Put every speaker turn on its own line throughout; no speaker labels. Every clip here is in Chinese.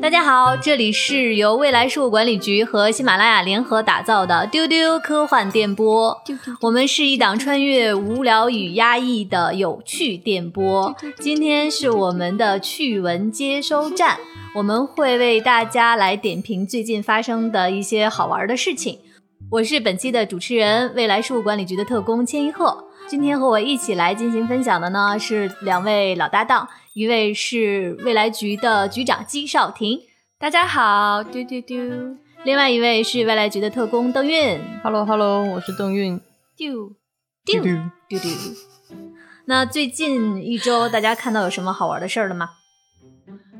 大家好，这里是由未来事务管理局和喜马拉雅联合打造的丢丢科幻电波。我们是一档穿越无聊与压抑的有趣电波。今天是我们的趣闻接收站，我们会为大家来点评最近发生的一些好玩的事情。我是本期的主持人，未来事务管理局的特工千一鹤。今天和我一起来进行分享的呢是两位老搭档，一位是未来局的局长姬少廷，
大家好，哦丢丢丢
另外一位是未来局的特工邓韵。
Hello Hello，我是邓韵。
丢丢丢丢。那最近一周大家看到有什么好玩的事儿了吗？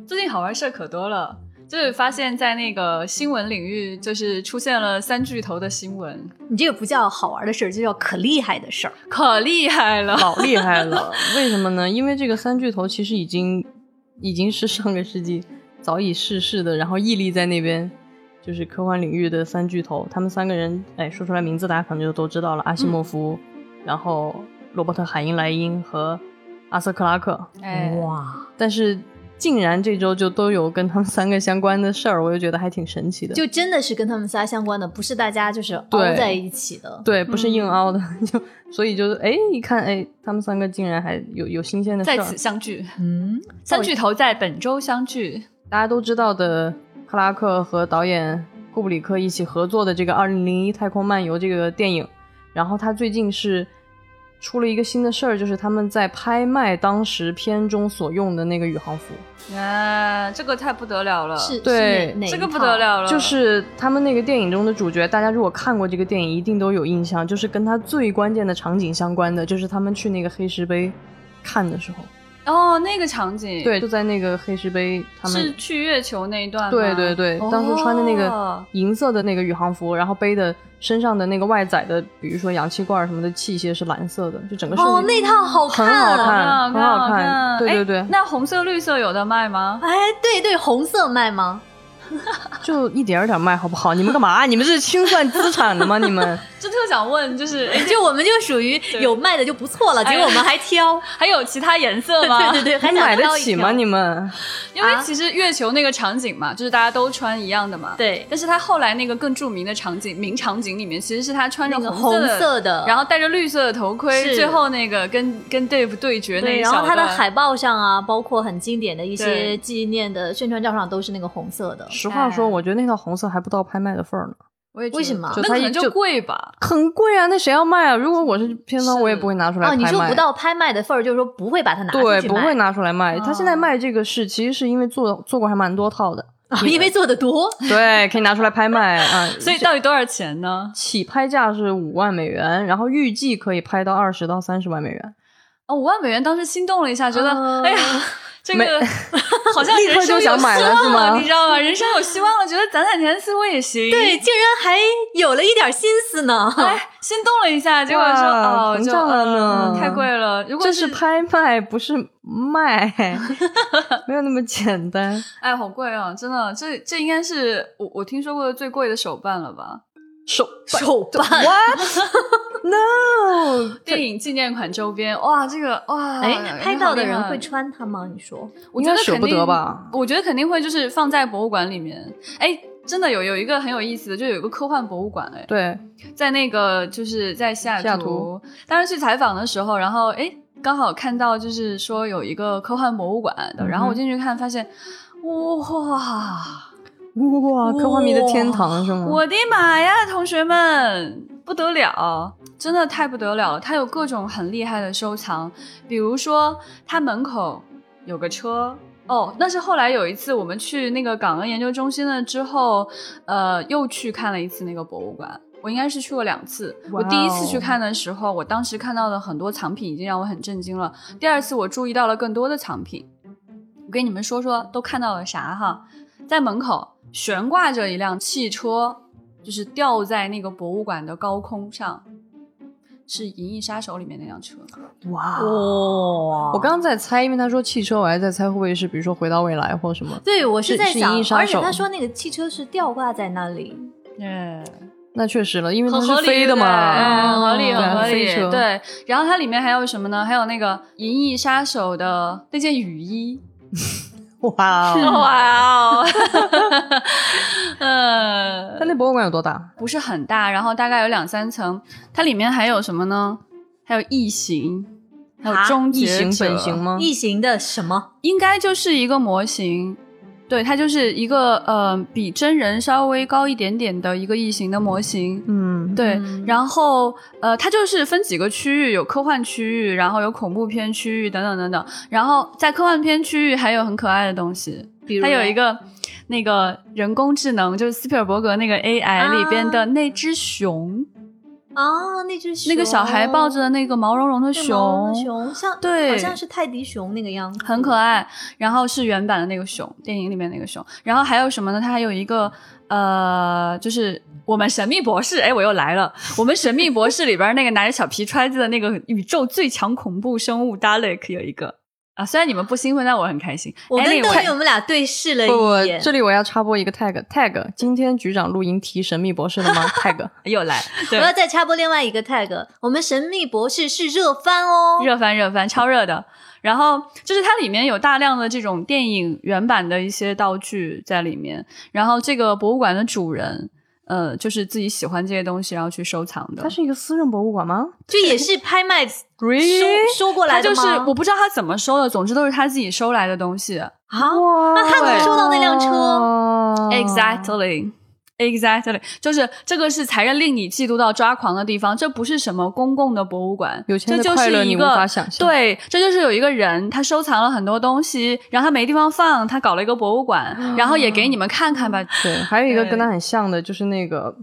最近好玩事儿可多了，就是发现，在那个新闻领域，就是出现了三巨头的新闻，
你这个不叫好玩的事儿，这叫可厉害的事儿。
可厉害了。
老厉 害了，为什么呢？因为这个三巨头其实已经已经是上个世纪早已逝世的，然后屹立在那边，就是科幻领域的三巨头。他们三个人，哎，说出来名字大家可能就都知道了：阿西莫夫，
嗯
然后罗伯特·海因莱因和阿瑟·克拉克。
哎，
哇，
但是竟然这周就都有跟他们三个相关的事儿，我就觉得还挺神奇的。
就真的是跟他们仨相关的，不是大家就是凹
对
在一起的。
对，不是
嗯
硬凹的， 就所以就是哎，一看哎，他们三个竟然还有有新鲜的事
在
儿。
此相聚，
嗯，
三巨头在本周相聚。
大家都知道的克拉克和导演库布里克一起合作的这个《二零零一太空漫游》这个电影，然后他最近是出了一个新的事儿，就是他们在拍卖当时片中所用的那个宇航服，
啊，这个太不得了了，
是是
对
哪哪
这
一
个不
套
得了了，
就是他们那个电影中的主角。大家如果看过这个电影，一定都有印象，就是跟他最关键的场景相关的，就是他们去那个黑石碑看的时候，
哦，那个场景，
对，，就在那个黑石碑，他们
是去月球那一
啊
段吗？
对对对，
哦
当时穿的那
哦
个银色的那个宇航服，然后背的身上的那个外载的，比如说氧气罐什么的器械是蓝色的，就整个设计
哦，那套好
很
看，啊
好
好看，
看，很好
看，
对
哎
对对，
那红色、绿色有的卖吗？
哎，对对，红色卖吗？
就一点儿点儿卖好不好？你们干嘛？啊你们是清算资产的吗？你 们
就特想问，就是哎，
就我们就属于有卖的就不错了，结果我们还挑，
还有其他颜色吗？
对对啊对，还
你
想
买得
哎挑一
起
挑
吗？你们
因为其实月球那个场景嘛，就是大家都穿一样的嘛。。
对，
但是他后来那个更著名的场景，名场景里面，其实是他穿着
那个
红色
红
的，
色的，
然后戴着绿色的头盔，
是
最后那个跟跟 Dave 对决那
对，
一
然
小
后它的
段
海报上啊，包括很经典的一些
对
纪念的宣传照上都是那个红色的。
实话说，我觉得那套红色还不到拍卖的份儿呢，
我也觉得
为什么
那
就他
可
一
能就
就
贵吧？
很贵啊！那谁要卖啊？如果我是片方，我也不会拿出来
哦，
拍
你
卖。
说不到拍卖的份儿，就是说不会把它拿出去卖
对，不会，拿出来卖。他现在
哦
卖这个是，其实是因为做做过还蛮多 套的，
因为做的多。
对，可以拿出来拍卖啊。
所以到底多少钱呢？
起拍价是五万美元，然后预计可以拍到二十到三十万美元，
哦，五万美元，当时心动了一下，觉得、
嗯
哎呀，这
没
个 好像
立
人
刻
生
就
有
想买了
希望啊
是吗
你知道吗？人生有希望了，觉得攒攒钱似乎也行。
对，竟然还有了一点心思呢。
哎，心动了一下，结果说
哦哇
哦，
膨
就
胀了呢
嗯太贵了。如果
这是拍卖不是卖， 没有那么简单。
哎，好贵啊！真的，这这应该是我我听说过最贵的手办了吧？
手
手办，
What no？
电影纪念款周边，哇，这个哇，
哎，拍到的人会
穿，
穿它吗？你说
我觉得
应该舍
肯
不
定
得吧？
我觉得肯定会就是放在博物馆里面。哎，真的有有一个很有意思的，就有一个科幻博物馆，哎，
对，
在那个就是在西雅
西雅图
当时去采访的时候，然后哎，刚好看到就是说有一个科幻博物馆的，然后我进去看，发现哇，
哇，科幻迷的天堂是吗？
我的妈呀，同学们，不得了，真的太不得了了！它有各种很厉害的收藏，比如说它门口有个车。哦，那是后来有一次我们去那个港恩研究中心了之后，呃，又去看了一次那个博物馆。我应该是去过两次。我
哇哦
第一次去看的时候，我当时看到的很多藏品已经让我很震惊了。第二次我注意到了更多的藏品。我跟你们说说都看到了啥哈，在门口悬挂着一辆汽车，就是吊在那个博物馆的高空上，是《银翼杀手》里面那辆车。
哇
哇
我刚刚在猜，因为他说汽车，我还在猜会不会是比如说回到未来或什么。
对我是
是
在
是
想
银翼，杀
而且
手
他说那个汽车是吊挂在那里，
嗯
耶，
那确实了，因为它
很合
是
理
飞的
哎，
嘛，
很合理，
嗯
对啊
很合理
飞。车
对，然后它里面还有什么呢？还有那个《银翼杀手》的那件雨衣，
哇 哦！
哇哦，呃，
它那博物馆有多大？
不是很大，然后大概有两三层，它里面还有什么呢？还有异形，还有
啊
终
异
结
形
者
本形吗？
异形的什 么？
应该就是一个模型，对，它就是一个呃比真人稍微高一点点的一个异形的模型。
嗯，
对，
嗯
然后呃，它就是分几个区域，有科幻区域，然后有恐怖片区域等等等等。然后在科幻片区域还有很可爱的东西，
比如
它有一个那个人工智能，就是斯皮尔伯格那个 AI 里边的那只熊，
啊，那只啊熊
那个小孩抱着那个毛茸茸的
对
熊，
毛绒的熊像
对
好像是泰迪熊那个样子，
很可爱。然后是原版的那个熊，电影里面那个熊。然后还有什么呢？它还有一个呃，就是我们神秘博士，哎，我又来了。我们神秘博士里边那个拿着小皮揣子的那个宇宙最强恐怖生物 Dalek 有一个啊。虽然你们不兴奋，但我很开心。
我跟
Anyway，
邓丽我们俩对视了
不不
一，眼，
这里我要插播一个 tag tag，今天局长录音提神秘博士了吗 ？tag
又来，
我
对，
要再插播另外一个 tag，我们神秘博士是热番哦，
热翻热翻，超热的。然后就是它里面有大量的这种电影原版的一些道具在里面，然后这个博物馆的主人。呃，就是自己喜欢这些东西，然后去收藏的。
它是一个私人博物馆吗？
这也是拍卖 收
Really？
收过
他
来的
就
吗？
是我不知道他怎么收的，总之都是他自己收来的东西。
啊，
哇！
那他
怎么收
到那辆车
Exactly。Exactly，就是这个是才让令你嫉妒到抓狂的地方。这不是什么公共的博物馆，
有钱的
这就
快乐
是一
你无
个
法想象
对，这就是有一个人他收藏了很多东西，然后他没地方放，他搞了一个博物馆，
啊
然后也给你们看看吧。
对，还有一个
对
跟他很像的，就是那个《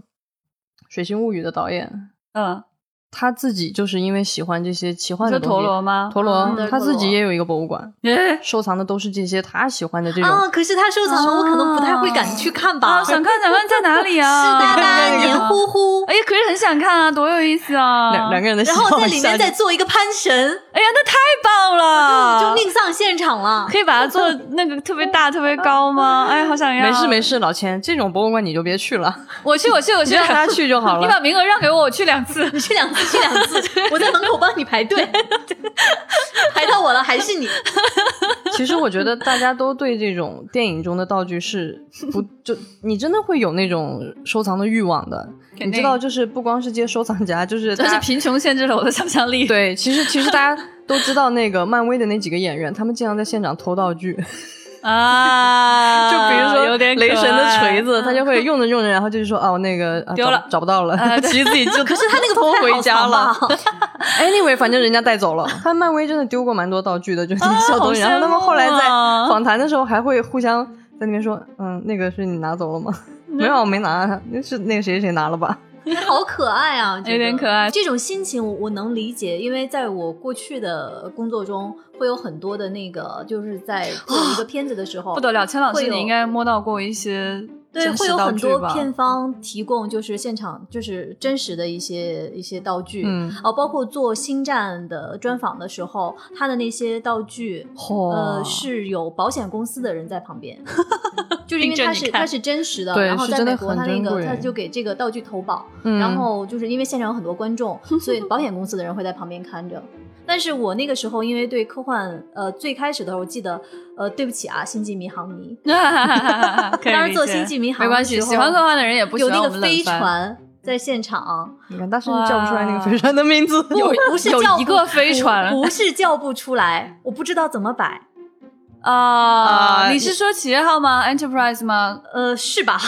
水星物语》的导演，
嗯，
他自己就是因为喜欢这些奇
你
幻
说
的东
陀
西。
螺吗？
陀螺
嗯对，
他
陀螺
自己也有一个博物馆，
耶
收藏的都是这些他喜欢的这种。
啊，可是他收藏了，我可能不太会敢去看吧
哎啊，。想看想看在哪 里啊？
大家黏
糊。
糊糊，
哎，可是很想看啊，多有意思啊！
两两个人的喜
然
好
后在里面
相
再做一个攀绳，
哎呀，那太棒了！
就命丧现场了。
可以把它做那个特别大、特别高吗？哎，好想要！
没事没
事，
事，老千，这种博物馆你就别去了，
我去，我去，我
你
去，
就让他去就好
你
了。
把名额让给我，我去两次。
你去两 次，去两次，我在门口帮你排队，排到我了还是你。
其实我觉得大家都对这种电影中的道具是不就你真的会有那种收藏的欲望的。
肯定
你知道，就是不光是这些收藏家，就是
真
大
是
家
贫穷限制了我的想象力。，
对，其实其实大家都知道那个漫威的那几个演员，他们经常在现场偷道具，
啊，
就比如
有
说
点
雷神的锤
子。
子，他就会用着用着，然后就是说哦那个、啊、
丢
找
了
找不到了，
啊对
其实自己 就可是
他那个
偷
不太好
回家
藏
了
吧。
Anyway，反正人家带走了。他漫威真的丢过蛮多道具的，就是那些小东西。
啊好
然后他们后来在
羡慕啊
访谈的时候还会互相在那边说：“嗯，那个是你拿走了吗？” 没有，我没拿，那是那个谁谁谁拿了吧？
好可爱啊，觉得
有点可爱
这种心情我我能理解，因为在我过去的工作中，会有很多的那个，就是在 做一个片子的时候，
不得了，千老
会
师，
有
你应该摸到过一些
对，
真
会
实
有
道
很
具
多
吧？
片方提供，就是现场就是真实的一些一些道具，
嗯，
哦，包括做星战的专访的时候，他的那些道具，呃，是有保险公司的人在旁 边，就是因为
盯着
它
你
是
看
它是真实的，
对
然后
是
在
真的
美国
很
他那
珍
个
贵
他就给这个道具投保，
嗯
然后就是因为现场有很多观众， 所以保险公司的人会在旁边看着。但是我那个时候因为对科幻，呃，最开始的时候我记得，呃，对不起啊，《星际迷航迷》
可以
当时做
理解
星际迷航
没关系，
的时候
喜欢科幻的人也不喜
有
欢
那
我
个
们
飞
冷番。
船在现场，
你看，他甚至叫不出来那个飞船的名字。
有
不是
有
叫
一
不
个飞船
不不是叫不出来，我不知道怎么摆，
啊、
啊
你是说企业号吗？Enterprise 吗？
呃，是吧？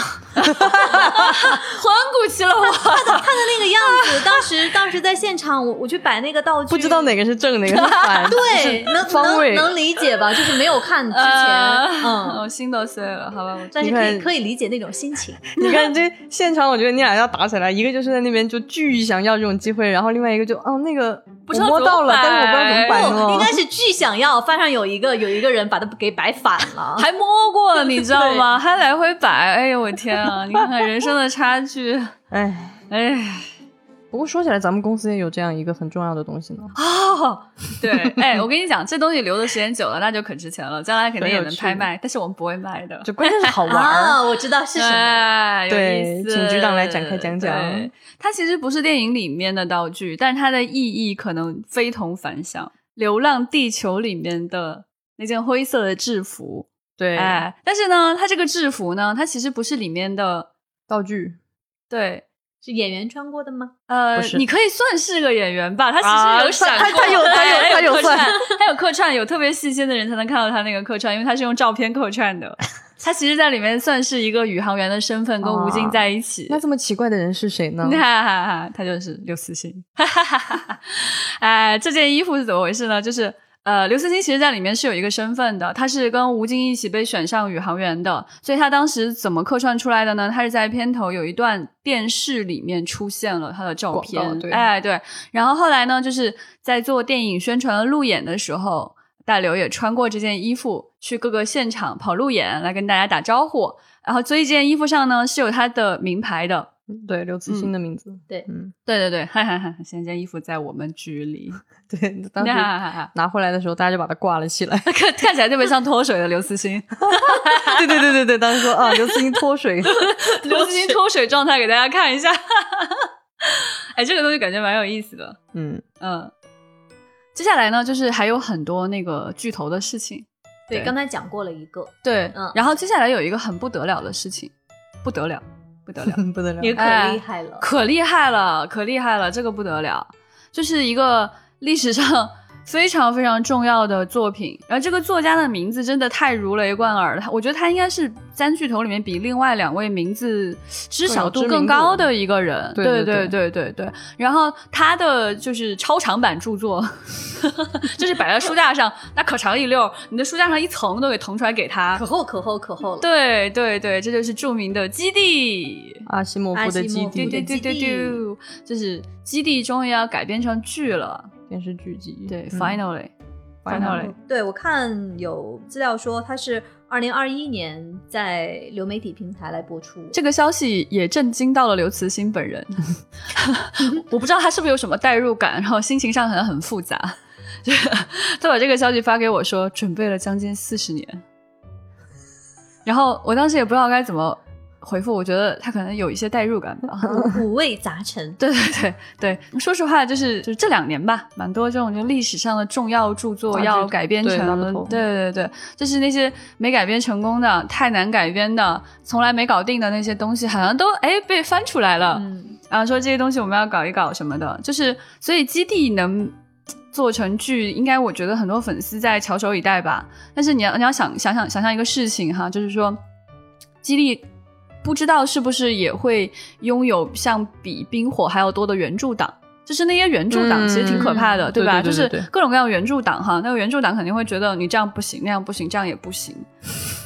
环顾其了我，
看的那个样子，当时当时在现场，我我去摆那个道具，
不知道哪个是正，哪个是 反，
对
就是
能
方位。
能能理解吧？就是没有看之前，
呃
嗯，
我心都碎了，好吧，我
但是可
你
以
看
可以理解那种心情。
你看这现场，我觉得你俩要打起来，一个就是在那边就巨想要这种机会，然后另外一个就哦那个
不
我
知道
摸
怎么
到了，
摆
但是我不知道怎么摆
不，哦应
呢
该。是巨想要，班上有一个有一个人把它给摆反了。
啊还摸过，你知道吗？还来回摆，哎呦我天啊！你看看人生的差距，
哎，
哎
不过说起来，咱们公司也有这样一个很重要的东西呢。
哦，
啊
对，哎，我跟你讲，这东西留的时间久了，那就可值钱了，将来肯定也
很有
能
趣
拍卖，但是我们不会卖的。
就关键是好玩儿。
啊，我知道是什么，
哎，有
对
意思。
请局长来展开讲讲
对它其实不是电影里面的道具，但是它的意义可能非同凡响。《流浪地球》里面的那件灰色的制服，
对，
哎，但是呢，它这个制服呢，它其实不是里面的，
道具
对，
是演员穿过的 吗？
呃
不，是
你可以算是个演员吧，他其
啊
实有闪
他
过，
他有他有
哎
他有
客
算
串，他有客串，有特别细心的人才能看到他那个客串，因为他是用照片客串的。他其实，在里面算是一个宇航员的身份，跟吴京
啊
在一起。
那这么奇怪的人是谁呢？
哈哈哈，他就是刘慈欣。 哈哈哈哈！哎，这件衣服是怎么回事呢？就是呃，刘慈欣其实在里面是有一个身份的，他是跟吴京一起被选上宇航员的，所以他当时怎么客串出来的呢？他是在片头有一段电视里面出现了他的照
广告
片，
对
哎对，然后后来呢，就是在做电影宣传路演的时候。大刘也穿过这件衣服去各个现场跑路演，来跟大家打招呼。然后，所以这件衣服上呢是有他的名牌的，
对，刘慈欣的名字。
对
嗯，
对对对，哈哈哈！现在这衣服在我们局里，
对，当时
哈哈哈！
拿回来的时候，大家就把它挂了起来。
看看起来特别像脱水的刘慈欣，
对对对对对，当时说啊，刘慈欣脱水，
刘慈欣脱水状态给大家看一下。 哎，这个东西感觉蛮有意思的。
嗯，
嗯，接下来呢，就是还有很多那个巨头的事情。
对，
对
刚才讲过了一个，
对，
嗯
然后接下来有一个很不得了的事情，不得了，不得了，
不得了。
也可
哎
厉害了。
可厉害了，可厉害了，这个不得了，就是一个历史上 非常非常重要的作品。然后这个作家的名字真的太如雷贯耳了，他我觉得他应该是三巨头里面比另外两位名字知晓度更高的一个人。
对
对对
对
对
对
对对。然后他的就是超长版著作， 就是摆在书架上，那可长一溜儿，你的书架上一层都给腾出来给他
可。厚可厚可厚了，
对对对，这就是著名的基地。
阿西莫夫的基
阿西莫
地
夫
对
的
对
基
对
地
对对，就是基地终于要改编成剧了，
电视剧集，
对、
嗯
f i n a l l y f i n a l l y
嗯对，我看有资料说它是二零二一年在流媒体平台来播出。
这个消息也震惊到了刘慈欣本人，我不知道他是不是有什么代入感，然后心情上可能很复杂。就是他把这个消息发给我说，准备了将近四十年，然后我当时也不知道该怎么回复，我觉得他可能有一些代入感吧。
五五味杂 陈，
对对对对，说实话，就是就是这两年吧，蛮多这种就历史上的重要著作
大制
要
作
改编
啊对
成
大部
了，
头
对对对，就是那些没改编成功的、太难改编的、从来没搞定的那些东西，好像都哎被翻出来了，
嗯，
然啊后说这些东西我们要搞一搞什么的，就是所以基地能。做成剧，应该我觉得很多粉丝在翘首以待吧。但是你要你要想想想想象一个事情哈，就是说，基地不知道是不是也会拥有像比冰火还要多的原著党，就是那些原著党
嗯
其实挺可怕的，
嗯
吧？
对对对对对
就是各种各样的原著党哈，那个原著党肯定会觉得你这样不行，那样不行，这样也不行，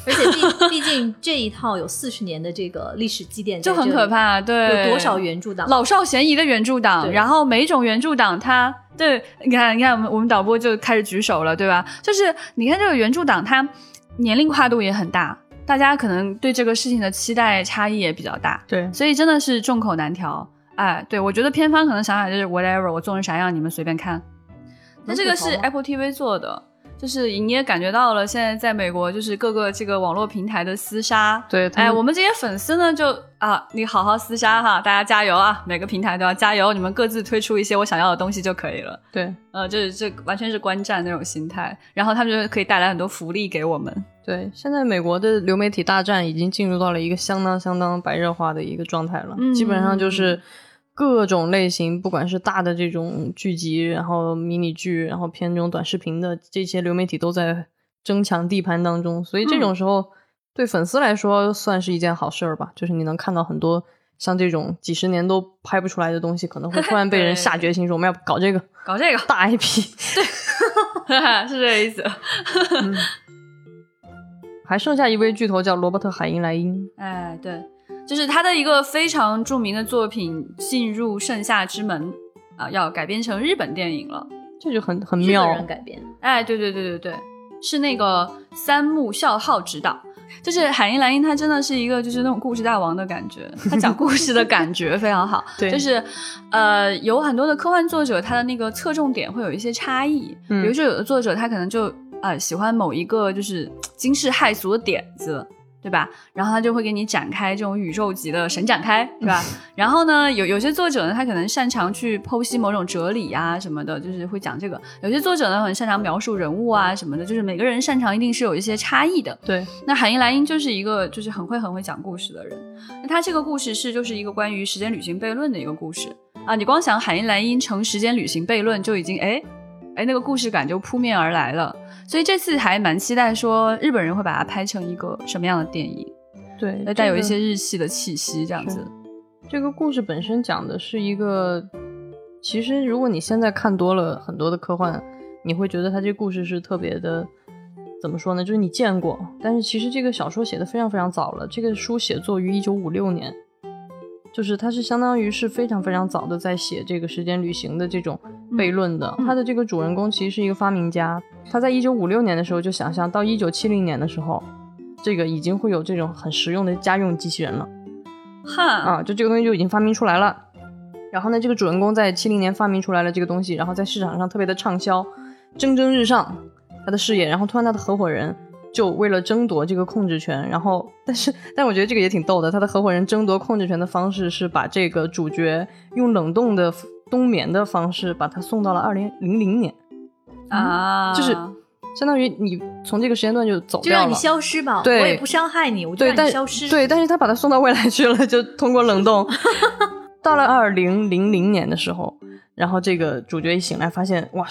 而且毕毕竟这一套有四十年的这个历史积淀，
就很可。怕。对，
有多少原著党？
老少咸宜的原著党，
对
然后每一种原著党它，对，你看，你看，我们我们导播就开始举手了，对吧？就是你看这个原著党，它年龄跨度也很大，大家可能对这个事情的期待差异也比较大，
对，
所以真的是众口难调。哎，对，我觉得片方可能想法就是 whatever，我做成啥样你们随便看。那
能
啊这个
吐槽
是
吗
Apple TV 做的，就是你也感觉到了，现在在美国就是各个这个网络平台的厮杀，
对，他
哎，
们
我们这些粉丝呢，就啊，你好好厮杀哈，大家加油啊！每个平台都要加油，你们各自推出一些我想要的东西就可以了。
对
呃，这这完全是观战那种心态，然后他们就可以带来很多福利给我们。
对，现在美国的流媒体大战已经进入到了一个相当相当白热化的一个状态了，
嗯
基本上就是各种类型，不管是大的这种剧集，然后迷你剧，然后偏这种短视频的这些流媒体都在争抢地盘当中，所以
嗯
这种时候、对粉丝来说算是一件好事儿吧，就是你能看到很多。像这种几十年都拍不出来的东西，可能会突然被 人
对
下决心说我们要搞这个
搞这个，
大 IP。
是这个意思。
嗯还剩下一位巨头叫罗伯特·海因莱因，
哎，对，就是他的一个非常著名的作品《进入盛夏之门》啊，要改编成日本电影了。
这就很很
日
妙
本。人改编，
哎，对对对对对，是那个三木孝浩执导。就是海因莱因，他真的是一个就是那种故事大王的感觉，他讲故事的感觉非常好。
对
就是呃，有很多的科幻作者，他的那个侧重点会有一些差异。
嗯
比如说，有的作者他可能就呃喜欢某一个就是惊世骇俗的点子，对对吧？然后他就会给你展开这种宇宙级的神展开，对 吧？然后呢，有有些作者呢，他可能擅长去剖析某种哲理啊什么的，就是会讲这个；有些作者呢，很擅长描述人物啊什么的，就是每个人擅长一定是有一些差异的。
对，
那海因莱因就是一个就是很会很会讲故事的人。那他这个故事是就是一个关于时间旅行悖论的一个故事啊。你光想海因莱因乘时间旅行悖论就已经哎哎那个故事感就扑面而来了。所以这次还蛮期待说日本人会把它拍成一个什么样的电影，
对，
呃带有一
这个
些日系的气息这样子。
这个故事本身讲的是一个，其实如果你现在看多了很多的科幻，你会觉得它这故事是特别的，怎么说呢？就是你见过，但是其实这个小说写的非常非常早了，这个书写作于一九五六年，就是它是相当于是非常非常早的在写这个时间旅行的这种悖论的。
嗯
它的这个主人公其实是一个发明家，他在一九五六年的时候就想象到一九七零年的时候，这个已经会有这种很实用的家用机器人了。
哈，
啊，就这个东西就已经发明出来了。然后呢，这个主人公在七零年发明出来了这个东西，然后在市场上特别的畅销，蒸蒸日上，他的事业。然后突然他的合伙人就为了争夺这个控制权，然后 但是但我觉得这个也挺逗的，他的合伙人争夺控制权的方式是把这个主角用冷冻的冬眠的方式把他送到了二零零零年，
啊，
嗯就是相当于你从这个时间段就走
就
掉
让
了
你。消失吧，
对
我也不伤害你，我就
对，
让
但
你消失。
对，但是他把他送到未来去了，就通过 冷冻。到了二零零零年的时候，然后这个主角一醒来，发现哇，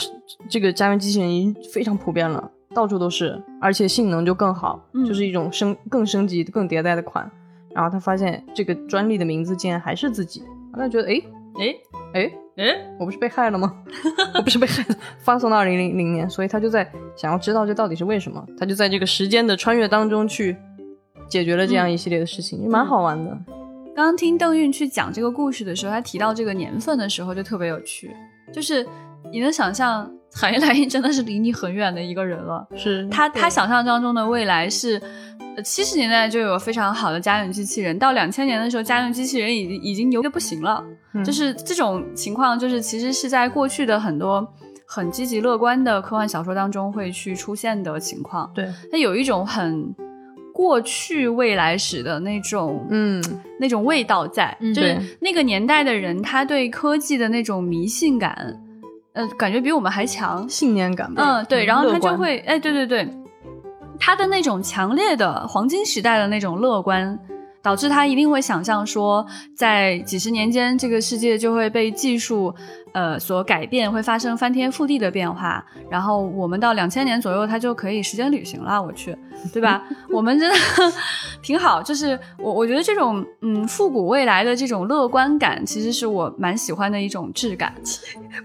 这个家用机器人已经非常普遍了，到处都是，而且性能就更好，
嗯
就是一种升更升级、更迭代的款。然后他发现这个专利的名字竟然还是自己，他就觉得诶
哎
诶，
哎，
我不是被害了吗？ 我不是被害了，发送到二零零零年，所以他就在想要知道这到底是为什么，他就在这个时间的穿越当中去解决了这
嗯
样一系列的事情，也蛮好玩的。
刚刚听邓韵去讲这个故事的时候，她提到这个年份的时候就特别有趣，就是你能想象海因莱因真的是离你很远的一个人了。
是
他他想象当中的未来是，呃七十年代就有非常好的家用机器人，到两千年的时候，家用机器人已经已经牛的不行了。
嗯
就是这种情况，就是其实是在过去的很多很积极乐观的科幻小说当中会去出现的情况。
对，
它有一种很过去未来史的那种，
嗯，
那种味道在，
嗯
就是
对
那个年代的人，他对科技的那种迷信感，呃，感觉比我们还强。
信念感吧，
嗯，对，然后
乐
他就
观
会，哎，对对对，他的那种强烈的黄金时代的那种乐观，导致他一定会想象说，在几十年间，这个世界就会被技术呃所改变，会发生翻天覆地的变化。然后我们到两千年左右，他就可以时间旅行了。我去，对吧？ 我们真的挺好，就是我我觉得这种嗯复古未来的这种乐观感，其实是我蛮喜欢的一种质感。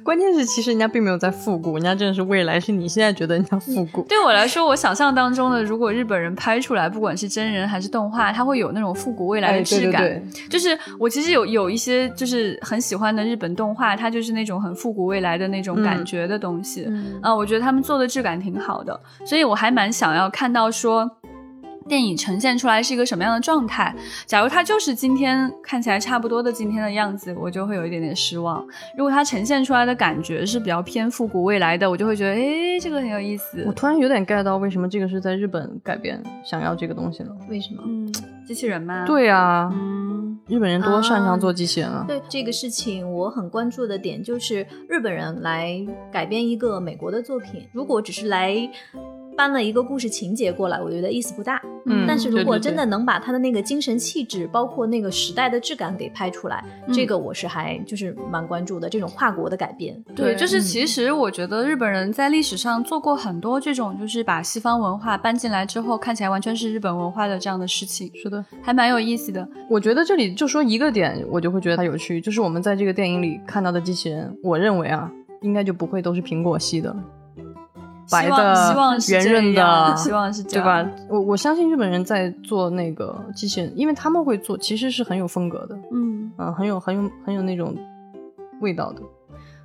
关键是其实人家并没有在复古，人家真的是未来，是你现在觉得人家复古。
对我来说，我想象当中的，如果日本人拍出来，不管是真人还是动画，它会有那种复古未来的
哎，对
质
对
感。
对，
就是我其实有有一些就是很喜欢的日本动画，它就是那种很复古未来的那
嗯
种感觉的东西。
嗯，
啊，我觉得他们做的质感挺好的，所以我还蛮想要看到说。电影呈现出来是一个什么样的状态？假如它就是今天看起来差不多的今天的样子，我就会有一点点失望。如果它呈现出来的感觉是比较偏复古未来的，我就会觉得，诶，这个很有意思。
我突然有点 get 到为什么这个是在日本改编，想要这个东西了。
为什么？
嗯，机器人吗？，
对啊，
嗯，
日本人多擅
啊
长做机器人啊。
对这个事情，我很关注的点就是日本人来改编一个美国的作品，如果只是来搬了一个故事情节过来，我觉得意思不大。
嗯
但是如
对
果
对
真
对
的能把他的那个精神气质，包括那个时代的质感给拍出来，
嗯
这个我是还就是蛮关注的。这种跨国的改编，
对，
对
就
嗯
是其实我觉得日本人在历史上做过很多这种，就是把西方文化搬进来之后，看起来完全是日本文化的这样的事情，
是的，
还蛮有意思的。
我觉得这里就说一个点，我就会觉得它有趣，就是我们在这个电影里看到的机器人，我认为啊，应该就不会都是苹果系的，白
希望希
的
望、是
圆
这
润的
样，希望是这
对
样，
吧？？我我相信日本人在做那个机器人，因为他们会做，其实是很有风格的，
嗯，
嗯，很有很有很有那种味道的。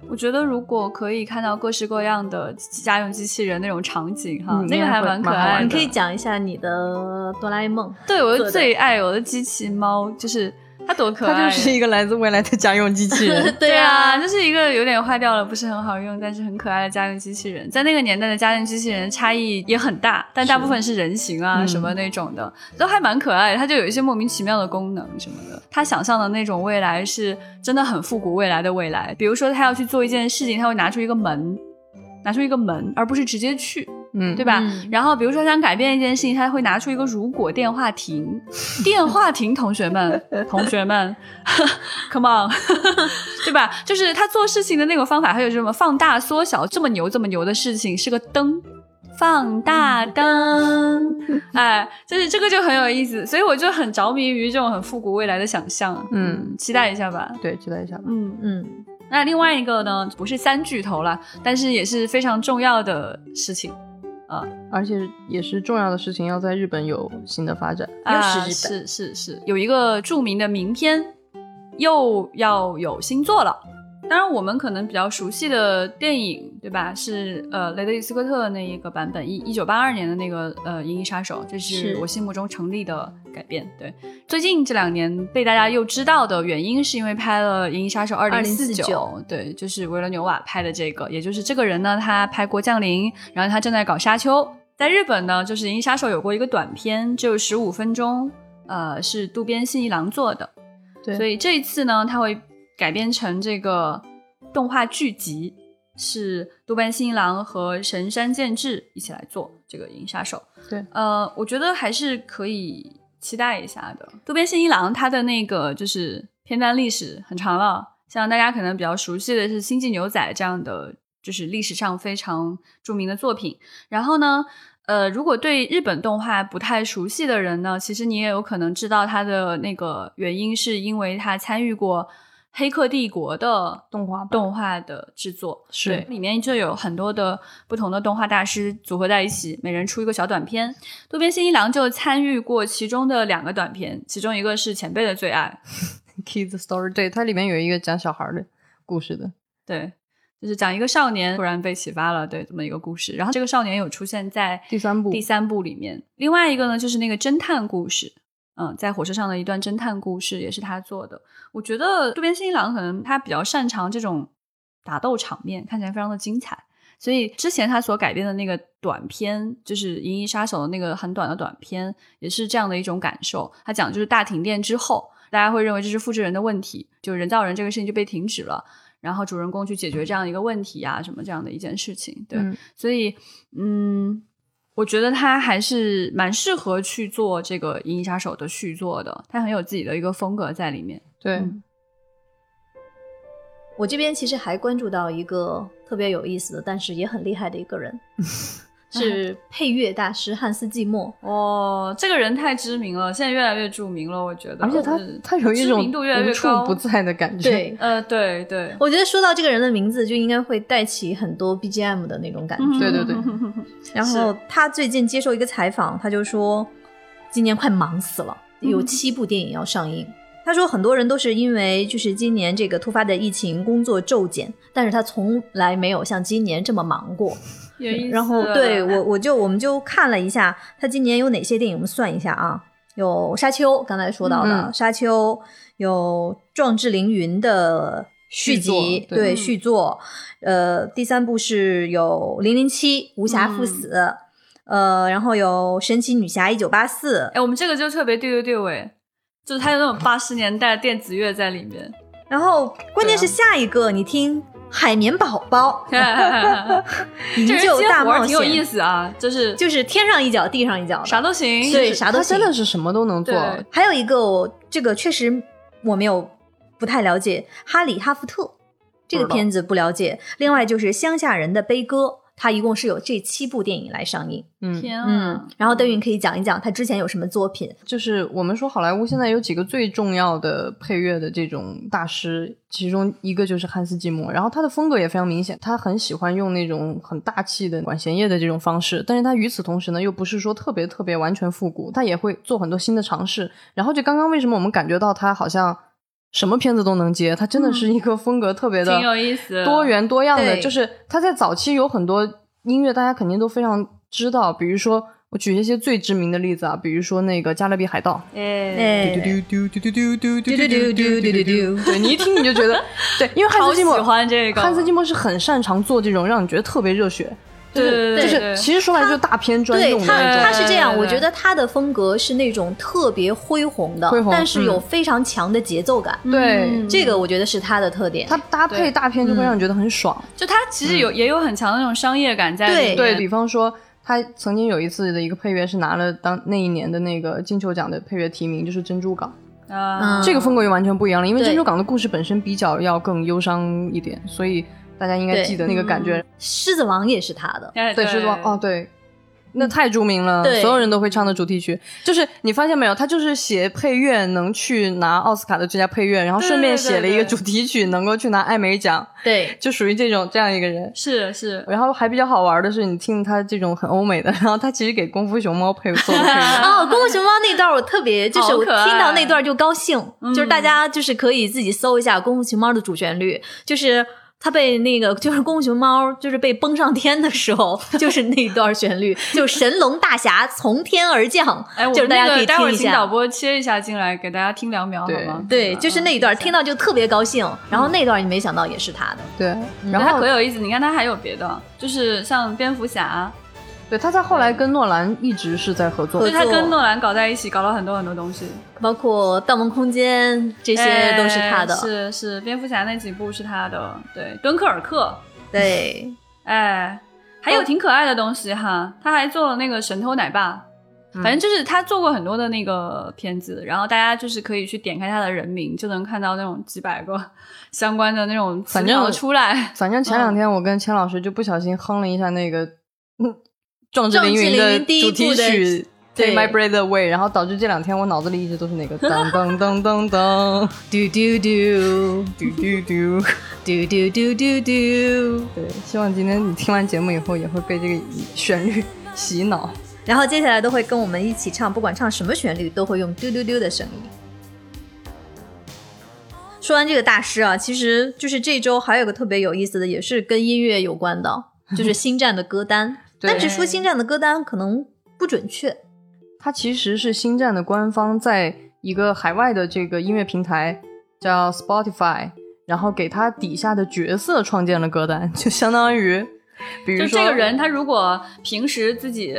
我觉得如果可以看到各式各样的家用机器人那种场景哈，
嗯
那个还蛮可
蛮好
爱的。
玩的
你可以讲一下你的哆啦 A 梦。
对我
做
的
的
最爱我的机器猫就是它多可爱呀！
它就是一个来自未来的家用机器人
。对
啊，
啊，
就是一个有点坏掉了，不是很好用，但是很可爱的家用机器人。在那个年代的家用机器人差异也很大，但大部分是人形啊
嗯
什么那种的，都还蛮可爱的。它就有一些莫名其妙的功能什么的。他想象的那种未来是真的很复古未来的未来，比如说他要去做一件事情，他会拿出一个门。拿出一个门，而不是直接去，
嗯，
对吧？
嗯
然后比如说想改变一件事情，他会拿出一个如果电话亭，电话亭，同学们，同学们 ，come on，对吧？就是他做事情的那个方法，还有什么放大、缩小，这么牛、这么牛的事情是个灯。放大灯，哎，就是这个就很有意思，所以我就很着迷于这种很复古未来的想象，
嗯，
期待一下吧，
对，期待一下吧。
嗯。
嗯，
那另外一个呢，不是三巨头了，但是也是非常重要的事情，
而且也是重要的事情，要在日本有新的发展。
又
啊
是日本
是是是，有一个著名的名片，又要有新作了。当然，我们可能比较熟悉的电影，对吧？是呃，雷德利·斯科特那一个版本，一一九八二年的那个呃《银翼杀手》，这是
是
我心目中成立的改编。对，最近这两年被大家又知道的原因，是因为拍了《银翼杀手二零四九》，对，就是维伦纽瓦拍的这个，也就是这个人呢，他拍过《降临》，然后他正在搞《沙丘》。在日本呢，就是《银翼杀手》有过一个短片，只有十五分钟，呃，是渡边信一郎做的，
对
所以这一次呢，他会改编成这个动画剧集，是渡边信一郎和神山健治一起来做这个《银翼杀手》。
对，
呃，我觉得还是可以期待一下的。渡边信一郎他的那个就是片单历史很长了，像大家可能比较熟悉的是《星际牛仔》这样的，就是历史上非常著名的作品。然后呢，呃，如果对日本动画不太熟悉的人呢，其实你也有可能知道他的那个原因，是因为他参与过《黑客帝国》的
动画版
动画的制作，
是
对里面就有很多的不同的动画大师组合在一起，每人出一个小短片。渡边信一郎就参与过其中的两个短片，其中一个是前辈的最爱，
Kids Story，对，它里面有一个讲小孩的故事的。
对，就是讲一个少年突然被启发了，对这么一个故事。然后这个少年有出现在
第三部
第三部里面。另外一个呢，就是那个侦探故事，嗯，在火车上的一段侦探故事也是他做的。我觉得渡边信一郎可能他比较擅长这种打斗场面，看起来非常的精彩。所以之前他所改编的那个短片，就是《银翼杀手》的那个很短的短片，也是这样的一种感受。他讲就是大停电之后，大家会认为这是复制人的问题，就人造人这个事情就被停止了，然后主人公去解决这样一个问题啊，什么这样的一件事情。对，
嗯
所以嗯，我觉得他还是蛮适合去做这个《银翼杀手》的续作的，他很有自己的一个风格在里面。
对，
嗯
我这边其实还关注到一个特别有意思的，但是也很厉害的一个人，是配乐大师汉斯季默。
哦，这个人太知名了，现在越来越著名了，我觉得。
而且
就
它
是
它有一
嗯知
种
名度越来越
无处
高
不在的感觉。
对，
呃，对对，
我觉得说到这个人的名字，就应该会带起很多 BGM 的那种感
嗯
觉。
对对对
然后他最近接受一个采访，他就说，今年快忙死了，
嗯
有七部电影要上映。他说，很多人都是因为就是今年这个突发的疫情，工作骤减，但是他从来没有像今年这么忙过。
有意思。
然后对我，我就我们就看了一下他今年有哪些电影，我们算一下啊，有《沙丘》，刚才说到的《
嗯
沙丘》，有《壮志凌云》的续集
续，作对
嗯
续作，呃，第三部是有《零零七》《无暇赴
嗯
死》呃，然后有《神奇女侠一九八四
哎，我们这个就特别对对对喂，就是它有那种八十年代电子乐在里面。》，》
然后关键是
对
下一个你听《海绵宝宝
这
营
人
救
接
大
活儿
冒
挺有意
险，
思啊，就是
就是天上一脚地上一脚的，
啥都行。
对啥都
它真
行
的是什么都能做。
对
还有一个我这个确实我没有不太了解，《哈里哈福特》这个片子不了解。另外就是《乡下人的悲歌》，它一共是有这七部电影来上映。
嗯，
天啊
嗯，，然后邓韵可以讲一讲他之前有什么作品。
就是我们说好莱坞现在有几个最重要的配乐的这种大师，其中一个就是汉斯季默，然后他的风格也非常明显，他很喜欢用那种很大气的管弦乐的这种方式，但是他与此同时呢，又不是说特别特别完全复古，他也会做很多新的尝试。然后就刚刚为什么我们感觉到他好像什么片子都能接，他真的是一个风格特别
嗯
的、
挺有意思，
多元多样的，
对
就是他在早期有很多音乐，大家肯定都非常知道，比如说我举一些最知名的例子啊，比如说那个《加勒比海盗》，
哎，
哎，
丢丢丢丢丢
丢
丢
丢丢丢丢丢丢，
对你一听 你就觉得，对，因为汉
好
斯季
喜
默
欢这个，
汉斯季默是很擅长做这种让你觉得特别热血，
对对
就
对
是
对，
其实说白了就是大片专
对
用的
他，
那
他
种。
是这
对
样，
对
我
对
觉得他的风格是那种特别恢宏的，
恢宏
但是有
嗯
非常强的节奏感，嗯
对
这个我觉得是他的特点。
他搭配
对
大片就会
嗯
让你觉得很爽。
就他其实有、也有很强的那种商业感在里面，
对比方说，他曾经有一次的一个配乐是拿了当那一年的那个金球奖的配乐提名，就是《珍珠港》
啊
嗯
这个风格就完全不一样了，因为《
对
珍珠港》的故事本身比较要更忧伤一点，所以大家应该
对
记得那个感觉。
狮子王也是他的，
哎
对，是吧？哦，对。那太著名了，
对
所有人都会唱的主题曲，就是你发现没有，他就是写配乐能去拿奥斯卡的最佳配乐，然后顺便
对对
写了一个
对
主题曲能够去拿艾美奖，
对，。
就属于这种这样一个人。
是是，
然后还比较好玩的是，你听他这种很欧美的，然后他其实给功夫熊猫配做了配 乐
哦，功夫熊猫那段我特别，就是
好
我
可爱嗯
听到那段就高兴，就是大家就是可以自己搜一下功夫熊猫的主旋律，就是。它被那个就是功夫熊猫，就是被崩上天的时候，就是那段旋律，就神龙大侠 从天而降，
哎，我
就是
们
大
那
家可
个
以
待会
听
儿
一
请
下。
导播切一下进来，给大家听两秒好
对
吗？
对，就是那一段，听
到。
到就特别高兴。
嗯
然后那段你没想到也是他的，
对，然
它
后
可有意思，你看它还有别的，就是像蝙蝠侠，
对他在后来跟诺兰一直是在合作
就
对
是他
作
跟诺兰搞在一起，搞了很多很多东西，
包括《盗梦空间》这
这
些都是他的。
哎是是，蝙蝠侠那几部是他的，对，敦刻尔克，
对，
哎，还有挺可爱的东西哈，他还做了那个神偷奶爸。
嗯
反正就是他做过很多的那个片子，然后大家就是可以去点开他的人名，就能看到那种几百个相关的那种词
反正
条出来。
反正
嗯
前两天我跟钱老师就不小心哼了一下那个《嗯壮志
壮
凌
志
云》
凌
的
云第一
主题
部的
曲。Take
对
my breath away，然后导致这两天我脑子里一直都是那个噔噔噔噔噔
嘟嘟嘟
嘟嘟嘟。
嘟嘟嘟嘟嘟。
对，希望今天你听完节目以后也会被这个旋律洗脑。
然后接下来都会跟我们一起唱，不管唱什么旋律，都会用丢丢丢的声音。说完这个大师啊，其实就是这周还有个特别有意思的，也是跟音乐有关的，就是星战的歌单。
对
但是说星战的歌单可能不准确，
它其实是星战的官方在一个海外的这个音乐平台叫 Spotify，然后给它底下的角色创建了歌单，就相当于，比如
就
说
这个人，他如果平时自己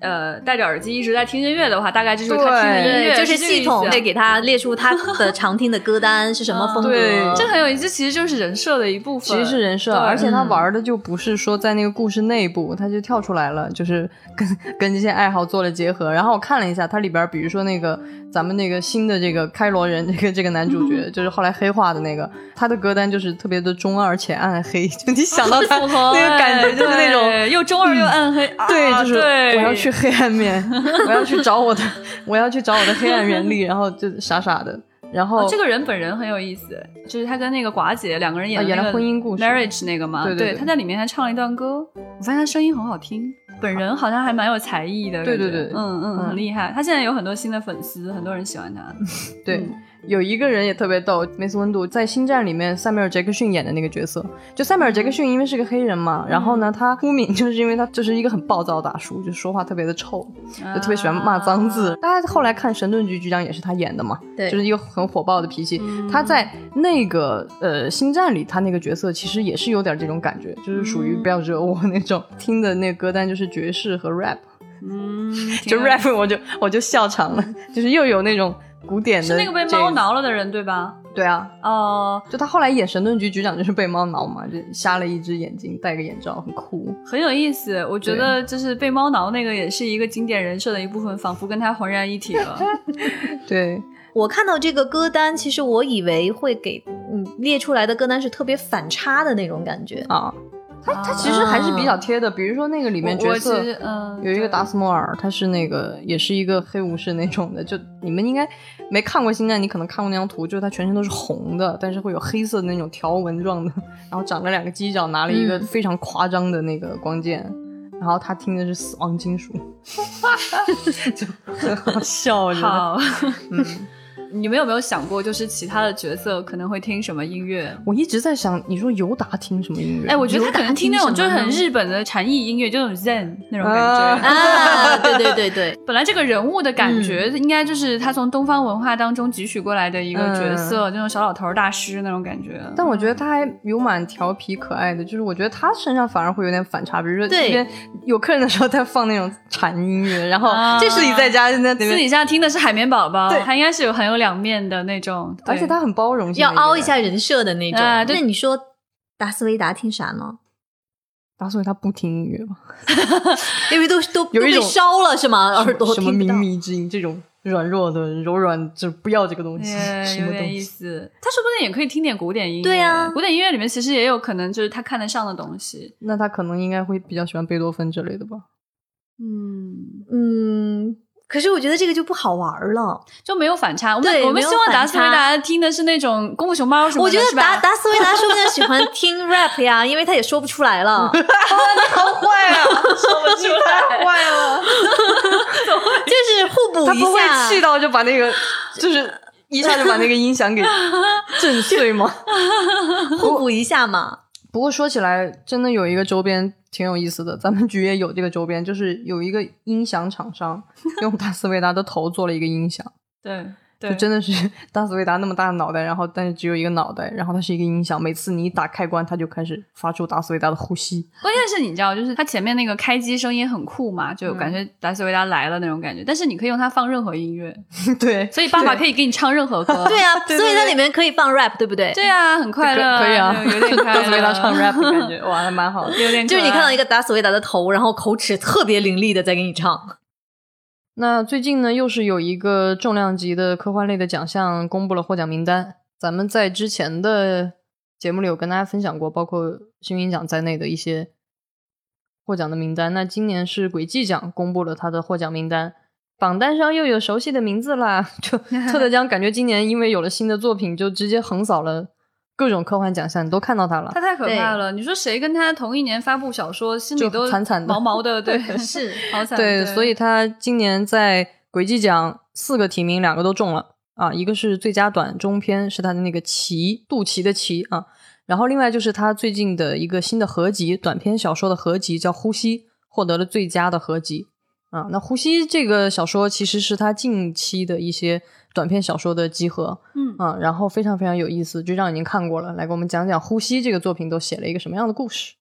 呃戴着耳机一直在听音乐的话，大概就是他听的
对
音乐，
就是
这个意
系
思啊
统会给他列出他的常听的歌单是什么风格。
对
这很有意思，这其实就是人设的一部
其
分。
实是人设，
对
而且他
嗯
玩的就不是说在那个故事内部，他就跳出来了，就是跟跟这些爱好做了结合。然后我看了一下，它里边比如说那个咱们那个新的这个开罗人这个这个男主 角，就是后来黑化的那个，他的歌单就是特别的中二且暗黑，就你 想到他
符合
那个感觉就是那种。
嗯
嗯
对又中二又暗黑，啊
对，就是
哎对
我要去黑暗面，我要去找我的，我要去找我的黑暗原力，然后就傻傻的，然后、
哦这个人本人很有意思，就是他跟那个寡姐两个人演
啊
的、那
演
个
了婚姻故事
marriage 那个嘛，
对对对
他在里面还唱了一段歌，我发现他声音很好听，本人好像还蛮有才艺的，
对对
感觉
对
嗯嗯，
嗯
很厉害。他现在有很多新的粉丝，很多人喜欢他，
对
嗯，
有一个人也特别逗，梅斯温度在《星战》里面，塞缪尔·杰克逊演的那个角色，就塞缪尔·杰克
嗯
逊因为是个黑人嘛，然后呢，他出名就是因为他就是一个很暴躁的大叔，就说话特别的臭，就特别喜欢骂脏字。
啊
大家后来看《神盾局局长》也是他演的嘛，
对
就是一个很火爆的脾气。
嗯
他在那个呃《星战》里，他那个角色其实也是有点这种感觉，就是属
嗯
于不要惹我那种。听的那歌单就是爵士和 rap，
嗯，挺
就
有
rap 我就我就笑场了，就是又有那种古典的
是那个被
这
猫挠了的人对吧？
对啊，
哦、
就他后来演神盾局局长，就是被猫挠嘛，就瞎了一只眼睛，戴个眼罩，很酷。
很有意思。我觉得就是被猫挠那个也是一个经典人设的一部分，仿佛跟他浑然一体了。
对，
我看到这个歌单，其实我以为会给嗯列出来的歌单是特别反差的那种感觉。
啊， 他他其实还是比较贴的。比如说那个里面
啊我
角
我其
色
实嗯
有一个
对
达斯莫尔，他是那个也是一个黑武士那种的。就你们应该没看过《星战》，你可能看过那张图，就是他全身都是红的，但是会有黑色的那种条纹状的， 然后长着两个犄角，拿了一个
嗯
非常夸张的那个光剑。然后他听的是死 亡金属，就很好笑，我觉得。
好，
嗯
你们有没有想过，就是其他的角色可能会听什么音乐？
我一直在想，你说尤达听什么音乐？
哎，我觉得他
尤达
可能听那种
听
就
什
是
么呢
很日本的禅意音乐，就那种 Zen 那种感
啊
觉。
啊，对对对对，
本来这个人物的感觉
嗯
应该就是他从东方文化当中汲取过来的一个
嗯
角色，那种小老头儿大师那种感觉。
但我觉得他还有蛮调皮可爱的，就是我觉得他身上反而会有点反差，比如说
对
这边有客人的时候在放那种禅音乐，然后
啊
这是你在家那
私
边，
底下听的是海绵宝宝
对，
他应该是有很有两面的那种，对
而且他很包容性
要
的个人
凹一下人设的那种。
啊对
那你说达斯维达听啥呢？
达斯维他不听音乐吧？
因为都都
有
都
一
被
种
烧了是吗？耳朵
什么
听
靡
不到。
靡之音这种软弱的、柔软，就不要这个东西，
哎
什
有
么
点
东
意
西？
思。他说不定也可以听点古典音乐，
对啊
古典音乐里面其实也有可能就是他看得上的东西。
那他可能应该会比较喜欢贝多芬之类的吧？
嗯，
嗯，可是我觉得这个就不好玩儿了。
就没有反差。我们
对
我们
没有
希望
反
达斯维
差
达听的是那种功夫熊猫什么
我
的，
觉得
是
达
吧？
达斯维达说不定喜欢听 rap 呀，因为他也说不出来 了。
好坏啊！说不出 来，坏了。
就是互补
他
一
不会
下。
气到就把那个，就是一下就把那个音响给震碎吗？
互补一下嘛。
不过说起来，真的有一个周边挺有意思的，咱们局也有这个周边，就是有一个音响厂 商用达斯维达的头做了一个音响，
对
就
对，
真的是达斯维达那么大的脑袋，然后但是只有一个脑袋，然后它是一个音响，每次你一打开关，它就开始发出达斯维达的呼吸。
关键是你知道，就是它前面那个开机声音很酷嘛，就感觉达斯维达来了那种感觉。但是你可以用它放任何音乐，
嗯对，
所以爸爸可以给你唱任何 歌。
对啊，
对对
所以它
对
里面可以放 rap，对不对？
对啊，很快
可
乐，
可以啊
有点，快乐。
达斯维达唱 rap 的感觉，哇，还蛮好的。
有点可
就
爱
是你看到一个达斯维达的头，然后口齿特别伶俐的在给你唱。
那最近呢，又是有一个重量级的科幻类的奖项公布了获奖名单。咱们在之前的节目里有跟大家分享过，包括星云奖在内的一些获奖的名单。那今年是轨迹奖公布了它的获奖名单，榜单上又有熟悉的名字啦。就特德奖感觉今年因为有了新的作品，就直接横扫了各种科幻奖项，你都看到它了
他。太可怕了！你说谁跟他同一年发布小说，心里
就
都
惨惨的
毛毛的，对，
是，
好惨。
对，所以他今年在轨迹奖四个提名，两个都中了啊，一个是最佳短中篇，是他的那个旗肚脐的旗啊，然后另外就是他最近的一个新的合集，短篇小说的合集叫《呼吸》，获得了最佳的合集啊。那《呼吸》这个小说其实是他近期的一些短篇小说的集合，
嗯
啊，然后非常非常有意思，就让已经看过了，来给我们讲讲《呼吸》这个作品都写了一个什么样的故事。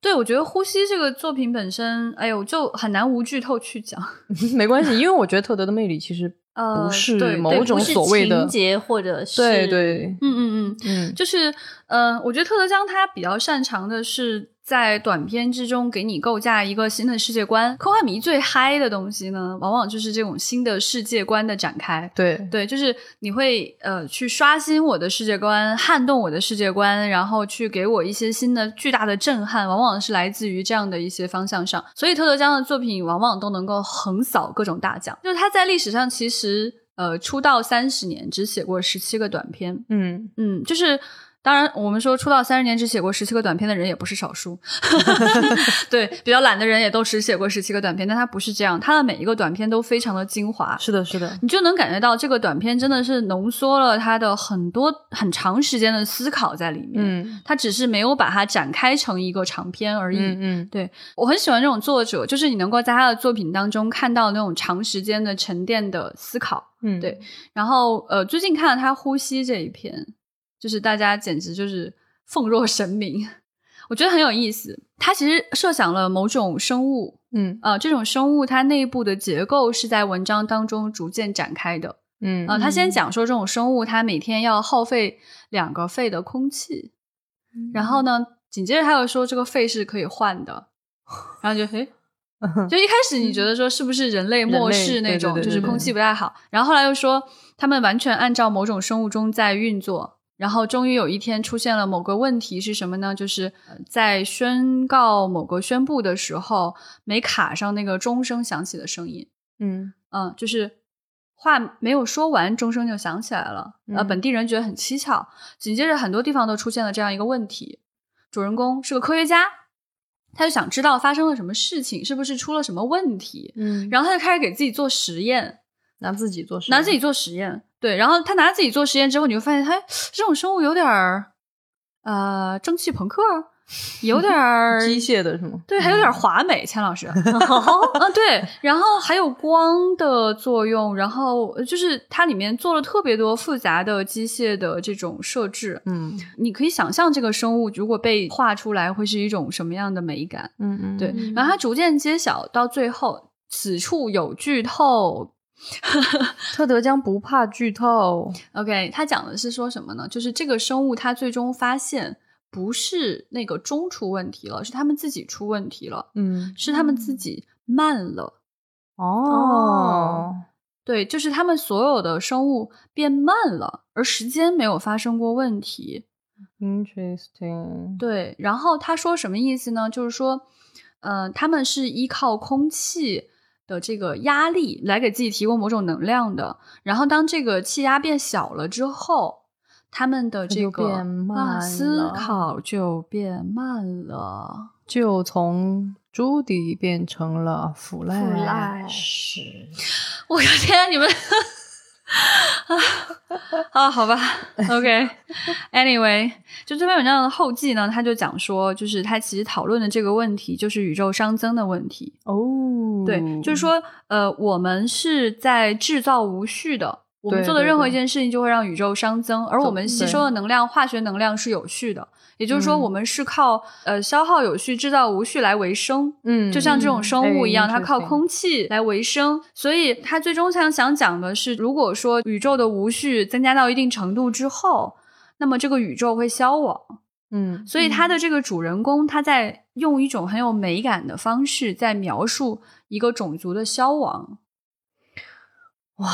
对，我觉得《呼吸》这个作品本身，哎呦，就很难无剧透去讲。
没关系，因为我觉得特德的魅力其实
呃
不是
对
某
对，
种
不是
所谓的
情节或者是
对对，
嗯嗯嗯，
嗯，
就是呃，我觉得特德江他比较擅长的是在短片之中给你构架一个新的世界观。科幻迷最嗨的东西呢，往往就是这种新的世界观的展开。
对，
对，就是你会呃去刷新我的世界观，撼动我的世界观，然后去给我一些新的巨大的震撼，往往是来自于这样的一些方向上。所以特德江的作品往往都能够横扫各种大奖，就是他在历史上其实呃出道三十年只写过十七个短片，
嗯，
嗯，就是当然，我们说出道三十年只写过十七个短片的人也不是少数， 对，比较懒的人也都只写过十七个短片，但他不是这样，他的每一个短片都非常的精华。
是的，是的，
你就能感觉到这个短片真的是浓缩了他的很多很长时间的思考在里面，
嗯
他只是没有把它展开成一个长篇而已。
嗯嗯，
我很喜欢这种作者，就是你能够在他的作品当中看到那种长时间的沉淀的思考。
嗯，
对，然后呃，最近看了他《呼吸》这一篇，就是大家简直就是奉若神明， 我觉得很有意思。他其实设想了某种生物，
嗯
呃，这种生物它内部的结构是在文章当中逐渐展开的。
嗯
呃，他
嗯
先讲说这种生物它每天要耗费两个肺的空气，然后呢，
嗯
紧接着他又说这个肺是可以换的，然后就诶，
嗯
就一开始你觉得说是不是人类末世
人类
那种，
对对对
就是
对对
空气不太好，然后后来又说他们完全按照某种生物钟在运作，然后终于有一天出现了某个问题是什么呢？就是呃在宣告某个宣布的时候，没卡上那个钟声响起的声音，
嗯
嗯，就是话没有说完，钟声就响起来了。呃，
嗯
本地人觉得很蹊跷，紧接着很多地方都出现了这样一个问题：主人公是个科学家，他就想知道发生了什么事情，是不是出了什么问题？
嗯，
然后他就开始给自己做实验，
拿自己做实验，
拿自己做实验，对，然后他拿自己做实验之后，你会发现，哎，这种生物有点儿，呃，蒸汽朋克，有点儿
机械的是吗？
对，还有点华美，钱老师。嗯，对，然后还有光的作用，然后呃就是它里面做了特别多复杂的机械的这种设置。
嗯
你可以想象这个生物如果被画出来，会是一种什么样的美感？
嗯嗯，
对，
嗯
然后它逐渐揭晓，到最后此处有剧透。
特德将不怕剧透，
OK，它讲的是说什么呢？就是这个生物它最终发现不是那个钟出问题了，是他们自己出问题了，
嗯
是他们自己慢了。
哦，
对，就是他们所有的生物变慢了，而时间没有发生过问题。
Interesting，
对，然后他说什么意思呢？就是说，呃，他们是依靠空气的这个压力来给自己提供某种能量的。然后当这个气压变小了之后，他们的
它
这
就
个
变慢
啊、思
了
考就变慢了。
就从朱迪变成了腐烂，
腐烂哎是
我的天，你们 啊啊，好吧，OK，Anyway，、就这篇文章的后记呢，他就讲说，就是他其实讨论的这个问题，就是宇宙熵增的问题。
哦，
对，就是说，呃，我们是在制造无序的，我们
对
做的
对
任何
对
一件事情就会让宇宙熵增，而我们吸收的能量，化学能量是有序的，也就是说，
嗯
我们是靠呃消耗有序、制造无序来维生。
嗯，
就像这种
嗯
生物一样，
哎
它靠
interesting
空气来维生，所以它最终想想讲的是，如果说宇宙的无序增加到一定程度之后，那么这个宇宙会消亡。
嗯
所以它的这个主人公，他在用一种很有美感的方式，在描述一个种族的消亡，
哇，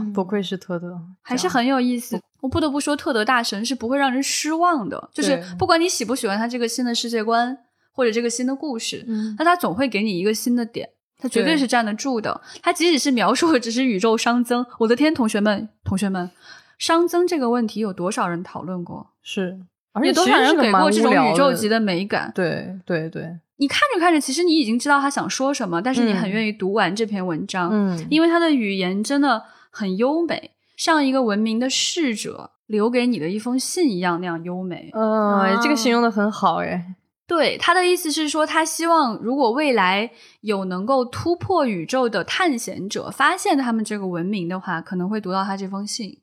嗯
不愧是特德，
嗯还是很有意思。我不得不说，特德大神是不会让人失望的，就是
对
不管你喜不喜欢他这个新的世界观或者这个新的故事，
嗯
那他总会给你一个新的点，他绝对
对
是站得住的。他即使是描述的只是宇宙熵增，我的天，同学们，同学们，熵增这个问题有多少人讨论过？
是，而
有
且
多
其
少
实是
人
个
给
蛮
过这
无
种
聊
宇宙
的
级的美感？
对 对对，
你看着看着，其实你已经知道他想说什么，但是你很
嗯
愿意读完这篇文章，
嗯
因为他的语言真的很优美，像一个文明的逝者留给你的一封信一样那样优美。
呃，
啊
这个形容的很好 哎，
对，他的意思是说，他希望如果未来有能够突破宇宙的探险者发现他们这个文明的话，可能会读到他这封信。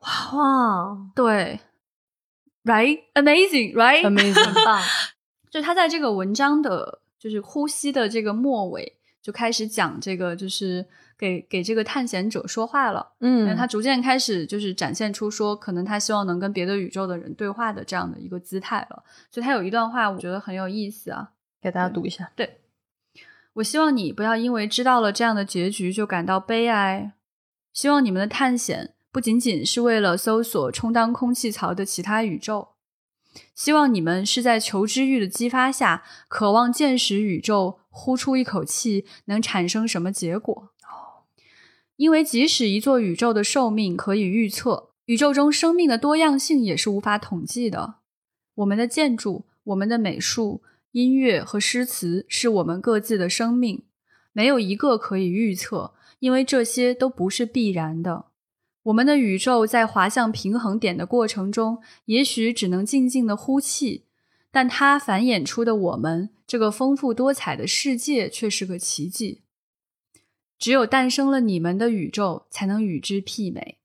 哇，
对，right amazing right，
很
amazing，
棒，
就他在这个文章的，就是呼吸的这个末尾，就开始讲这个，就是给给这个探险者说话了。
嗯，
他逐渐开始就是展现出说，可能他希望能跟别的宇宙的人对话的这样的一个姿态了。所以他有一段话，我觉得很有意思啊。
给大家读 一下，
我希望你不要因为知道了这样的结局就感到悲哀。希望你们的探险不仅仅是为了搜索充当空气槽的其他宇宙，希望你们是在求知欲的激发下，渴望见识宇宙，呼出一口气能产生什么结果。因为即使一座宇宙的寿命可以预测，宇宙中生命的多样性也是无法统计的。我们的建筑、我们的美术、音乐和诗词是我们各自的生命，没有一个可以预测，因为这些都不是必然的。我们的宇宙在滑向平衡点的过程中，也许只能静静的呼气，但它繁衍出的我们这个丰富多彩的世界却是个奇迹。只有诞生了你们的宇宙，才能与之媲美。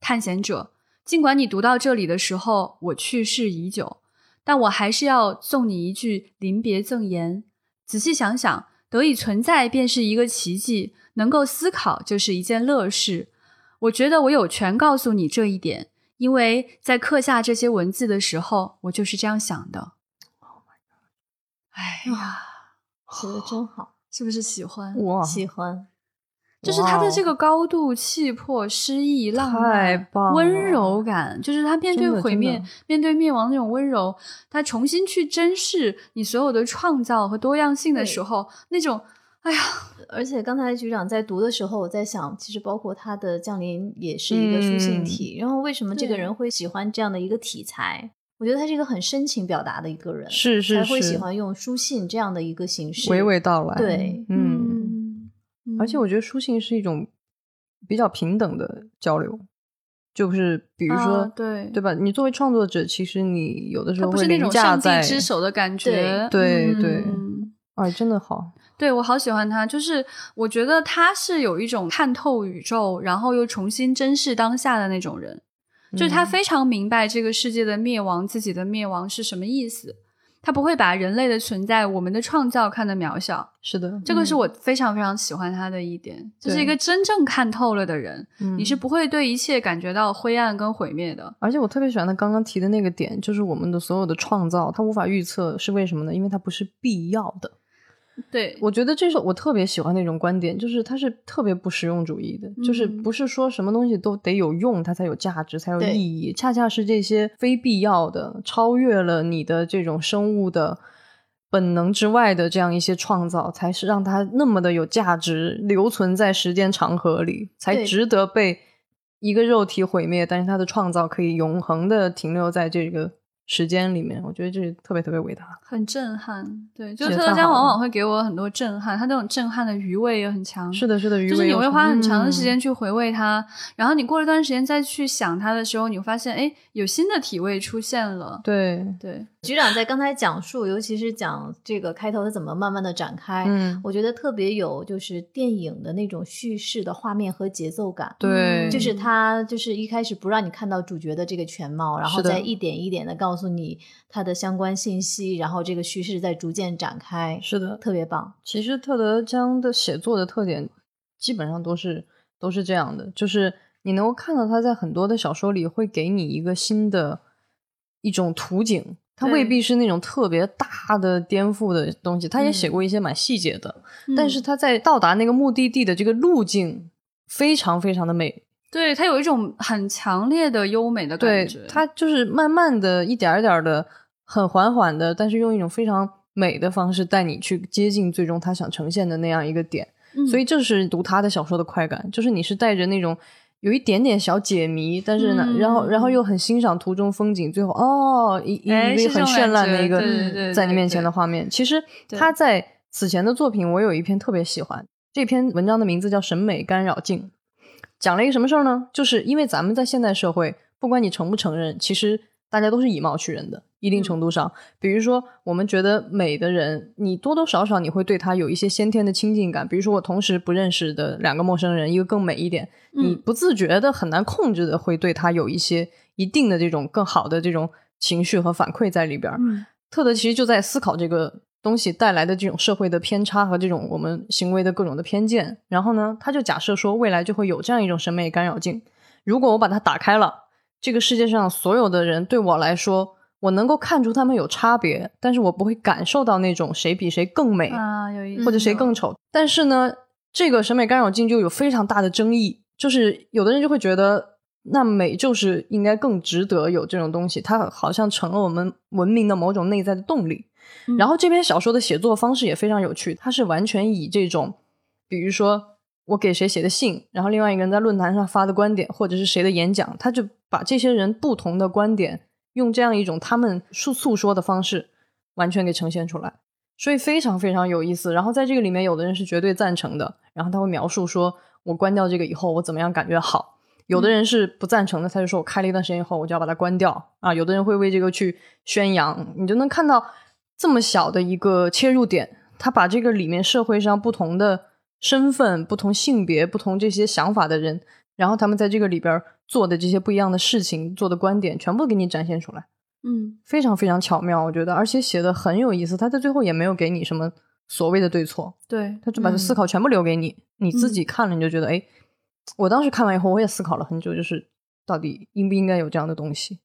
探险者，尽管你读到这里的时候，我去世已久，但我还是要送你一句临别赠言：仔细想想，得以存在便是一个奇迹，能够思考就是一件乐事。我觉得我有权告诉你这一点，因为在刻下这些文字的时候，我就是这样想的。
Oh
哎呀，
写的真好，
是不是喜欢？
哇，
喜欢，
就是它的
哇
这个高度、气魄、诗意、浪漫、
太棒了
温柔感，就是他面对
真的
毁
真的
灭、面对灭亡那种温柔，他重新去珍视你所有的创造和多样性的时候，那种哎呀，
而且刚才局长在读的时候，我在想，其实包括他的降临也是一个书
嗯
信体。然后为什么这个
对
人会喜欢这样的一个题材？我觉得他是一个很深情表达的一个人，
是是
才会喜
是
欢用书信这样的一个形式。
娓娓道来，
对
嗯，
嗯
而且我觉得书信是一种比较平等的交流，就是比如说，
啊对
对，吧？你作为创作者，其实你有的时
它
候
不
会
是那
凌
种
驾
上帝
在，
之手的感觉，
对
嗯
对哎，真的好，
对我好喜欢他，就是我觉得他是有一种看透宇宙，然后又重新珍视当下的那种人，就是他
嗯
非常明白这个世界的灭亡，自己的灭亡是什么意思。他不会把人类的存在、我们的创造看得渺小，
是的，
这个是我非常非常喜欢他的一点。这是一
嗯对
个真正看透了的人，
嗯
你是不会对一切感觉到灰暗跟毁灭的。
而且我特别喜欢他刚刚提的那个点，就是我们的所有的创造，它无法预测是为什么呢？因为它不是必要的。
对，
嗯我觉得这是我特别喜欢的一种观点，就是它是特别不实用主义的，就是
嗯
不是说什么东西都得有用，它才有价值，才有
对
意义。恰恰是这些非必要的、超越了你的这种生物的本能之外的这样一些创造，才是让它那么的有价值，留存在时间长河里，才
对
值得被一个肉体毁灭，但是它的创造可以永恒的停留在这个时间里面。我觉得这是特别特别伟大。
很震撼。对，就
觉
特
得
德
太
江
好
往
了
往会给我很多震撼，他那种震撼的余味也很强。
是的，是的，余
就是
味
你
有
会
什
花很长的
嗯
时间去回味它，然后你过了一段时间再去想它的时候，你会发现，哎，有新的体味出现了。
对，
对，
局长在刚才讲述，尤其是讲这个开头他怎么慢慢的展开，
嗯。
我觉得特别有就是电影的那种叙事的画面和节奏感。
嗯
对，
就是他，就是一开始不让你看到主角的这个全貌，然后
是的
再一点一点的告诉你他的相关信息，然后这个叙事再逐渐展开，
是的。
特别棒。
其实特德江的写作的特点基本上都是都是这样的，就是你能够看到他在很多的小说里会给你一个新的一种图景，它未
对
必是那种特别大的颠覆的东西。他也写
嗯
过一些蛮细节的，
嗯
但是他在到达那个目的地的这个路径非常非常的美，
对它有一种很强烈的优美的感
对
觉。，
它就是慢慢的一点儿一点儿的，很缓缓的，但是用一种非常美的方式带你去接近最终他想呈现的那样一个点。
嗯
所以这是读他的小说的快感，就是你是带着那种。有一点点小解谜，但是呢，
嗯
然后然后又很欣赏途中风景，最后哦，一一
哎
一
是
个
这
很
种
绚烂
感
的
觉
一个
对对对
在
对
你面前
对
的画面。其实
对
他在此前的作品，我有一篇特别喜欢，这篇文章的名字叫《审美干扰镜》，讲了一个什么事儿呢？就是因为咱们在现代社会，不管你承不承认，其实大家都是以貌取人的，一定程度上。比如说，我们觉得美的人，你多多少少你会对他有一些先天的亲近感。比如说，我同时不认识的两个陌生人，一个更美一点，你
嗯
不自觉的很难控制的会对他有一些一定的这种更好的这种情绪和反馈在里边儿。
嗯
特德其实就在思考这个东西带来的这种社会的偏差和这种我们行为的各种的偏见。然后呢，他就假设说未来就会有这样一种审美干扰镜，如果我把它打开了，这个世界上所有的人对我来说，我能够看出他们有差别，但是我不会感受到那种谁比谁更美、
啊，有一
或者谁
种
更丑。但是呢，这个审美干扰镜就有非常大的争议，就是有的人就会觉得。那美就是应该更值得有这种东西，它好像成了我们文明的某种内在的动力。
嗯
然后这篇小说的写作方式也非常有趣，它是完全以这种，比如说我给谁写的信，然后另外一个人在论坛上发的观点，或者是谁的演讲，他就把这些人不同的观点，用这样一种他们诉诉说的方式，完全给呈现出来。所以非常非常有意思。然后在这个里面，有的人是绝对赞成的，然后他会描述说，我关掉这个以后，我怎么样感觉好。有的人是不赞成的，他就说我开了一段时间以后，我就要把它关掉啊。有的人会为这个去宣扬，你就能看到这么小的一个切入点，他把这个里面社会上不同的身份、不同性别、不同这些想法的人，然后他们在这个里边儿做的这些不一样的事情、做的观点，全部给你展现出来。
嗯
非常非常巧妙，我觉得，而且写的很有意思。他在最后也没有给你什么所谓的对错，
对
他就把
嗯
思考全部留给你，你
嗯
自己看了你就觉得，哎，我当时看完以后，我也思考了很久，就是到底应不应该有这样的东西。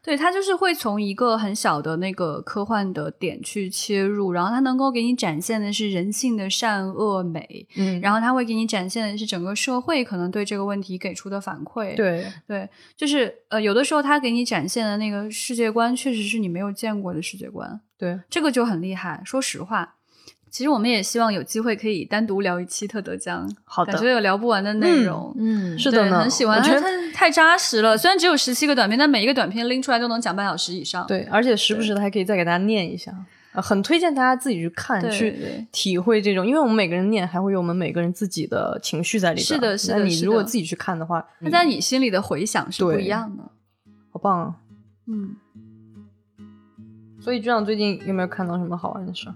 对，它就是会从一个很小的那个科幻的点去切入，然后它能够给你展现的是人性的善恶美，
嗯
然后它会给你展现的是整个社会可能对这个问题给出的反馈。
对
对，就是呃，有的时候他给你展现的那个世界观，确实是你没有见过的世界观，
对，
这个就很厉害。说实话，其实我们也希望有机会可以单独聊一期特德江，
好
感觉有聊不完的内容。
嗯
是
对
的呢，
很喜欢，
我觉
他
得
他太扎实了。虽然只有十七个短片，但每一个短片拎出来都能讲半小时以上。
对，而且时不时的还可以再给大家念一下。呃很推荐大家自己去看
对
去
对
体会这种，因为我们每个人念还会有我们每个人自己的情绪在里边。
是的是
那
的
你
是
如果
的
自己去看的话，
它在你心里的回响是不
嗯对
一样的。
好棒啊！
嗯，
所以局长最近有没有看到什么好玩的事儿？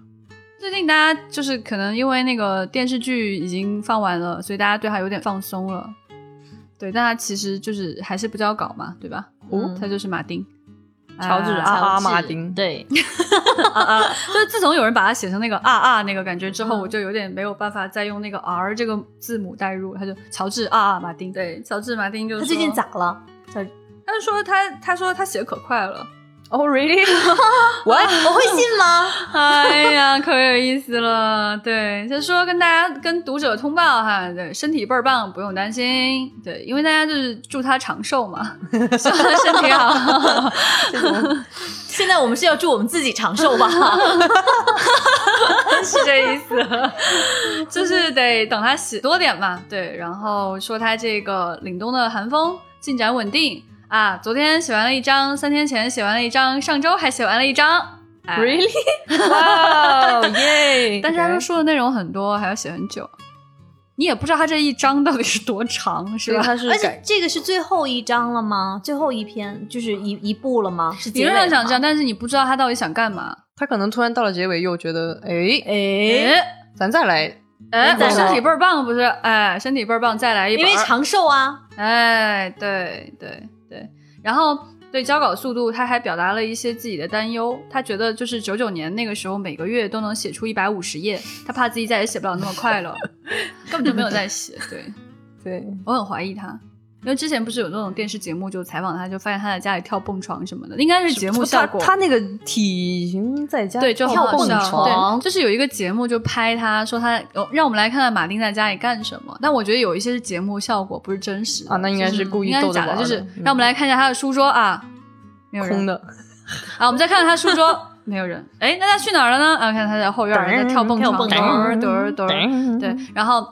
最近大家就是可能因为那个电视剧已经放完了，所以大家对它有点放松了。对，但它其实就是还是不交稿嘛，对吧？
哦
它就是马丁，
乔治
啊
阿阿
乔治
马丁
对，
啊啊！就是自从有人把它写成那个啊啊那个感觉之后，
嗯
我就有点没有办法再用那个 R 这个字母代入，他就乔治啊啊马丁，对，乔治马丁就
他
是
最近咋了？
他就说他他说他写得可快了，
哦、r e a l l y What？
哎我会信 吗？
哎呀，可有意思了。对，就说跟大家跟读者通报哈，对，身体倍儿棒，不用担心。对，因为大家就是祝他长寿嘛，希望他身体好。
现在我们是要祝我们自己长寿吧？
是这意思， 就是得等他洗多点嘛。对，然后说他这个凛冬的寒风进展稳定啊，昨天写完了一章，三天前写完了一章，上周还写完了一章。哎
Really？哇 哦，耶！
但是他说
OK
说的内容很多，还要写很久，你也不知道他这一章到底是多长，是
所以
吧？
他是
而
改
且这个是最后一章了吗？最后一篇就是一一部了吗？是
理
结尾
论
了
上
吗
想这样，但是你不知道他到底想干嘛。
他可能突然到了结尾又觉得，哎，
哎，
哎
咱再来，
哎，
再来
我身体倍儿棒，不是？哎，身体倍儿棒，再来一
因
本儿。
为长寿啊，
哎，对对对，然后对交稿速度，他还表达了一些自己的担忧。他觉得就是九九年那个时候，每个月都能写出一百五十页，他怕自己再也写不了那么快了，根本就没有在写。对
对，
我很怀疑他。因为之前不是有那种电视节目，就采访他，就发现他在家里跳蹦床什么的，应该是节目效果。
他他那个体型在家
对，就很
跳
好
蹦
笑
床，
对，就是有一个节目就拍他说他，哦让我们来看看马丁在家里干什么。但我觉得有一些是节目效果，不是真实的
啊那应该
就是
故意
应该是
逗着
假的。
玩儿
就是
的嗯
让我们来看一下他的书桌啊，没有人
空的，
啊，我们再看看他书桌，没有人。哎，那他去哪儿了呢？啊，看他在后院 儿在跳蹦
跳
床，
蹦
嘚
床
儿嘚儿嘚儿。
噔
对，，然后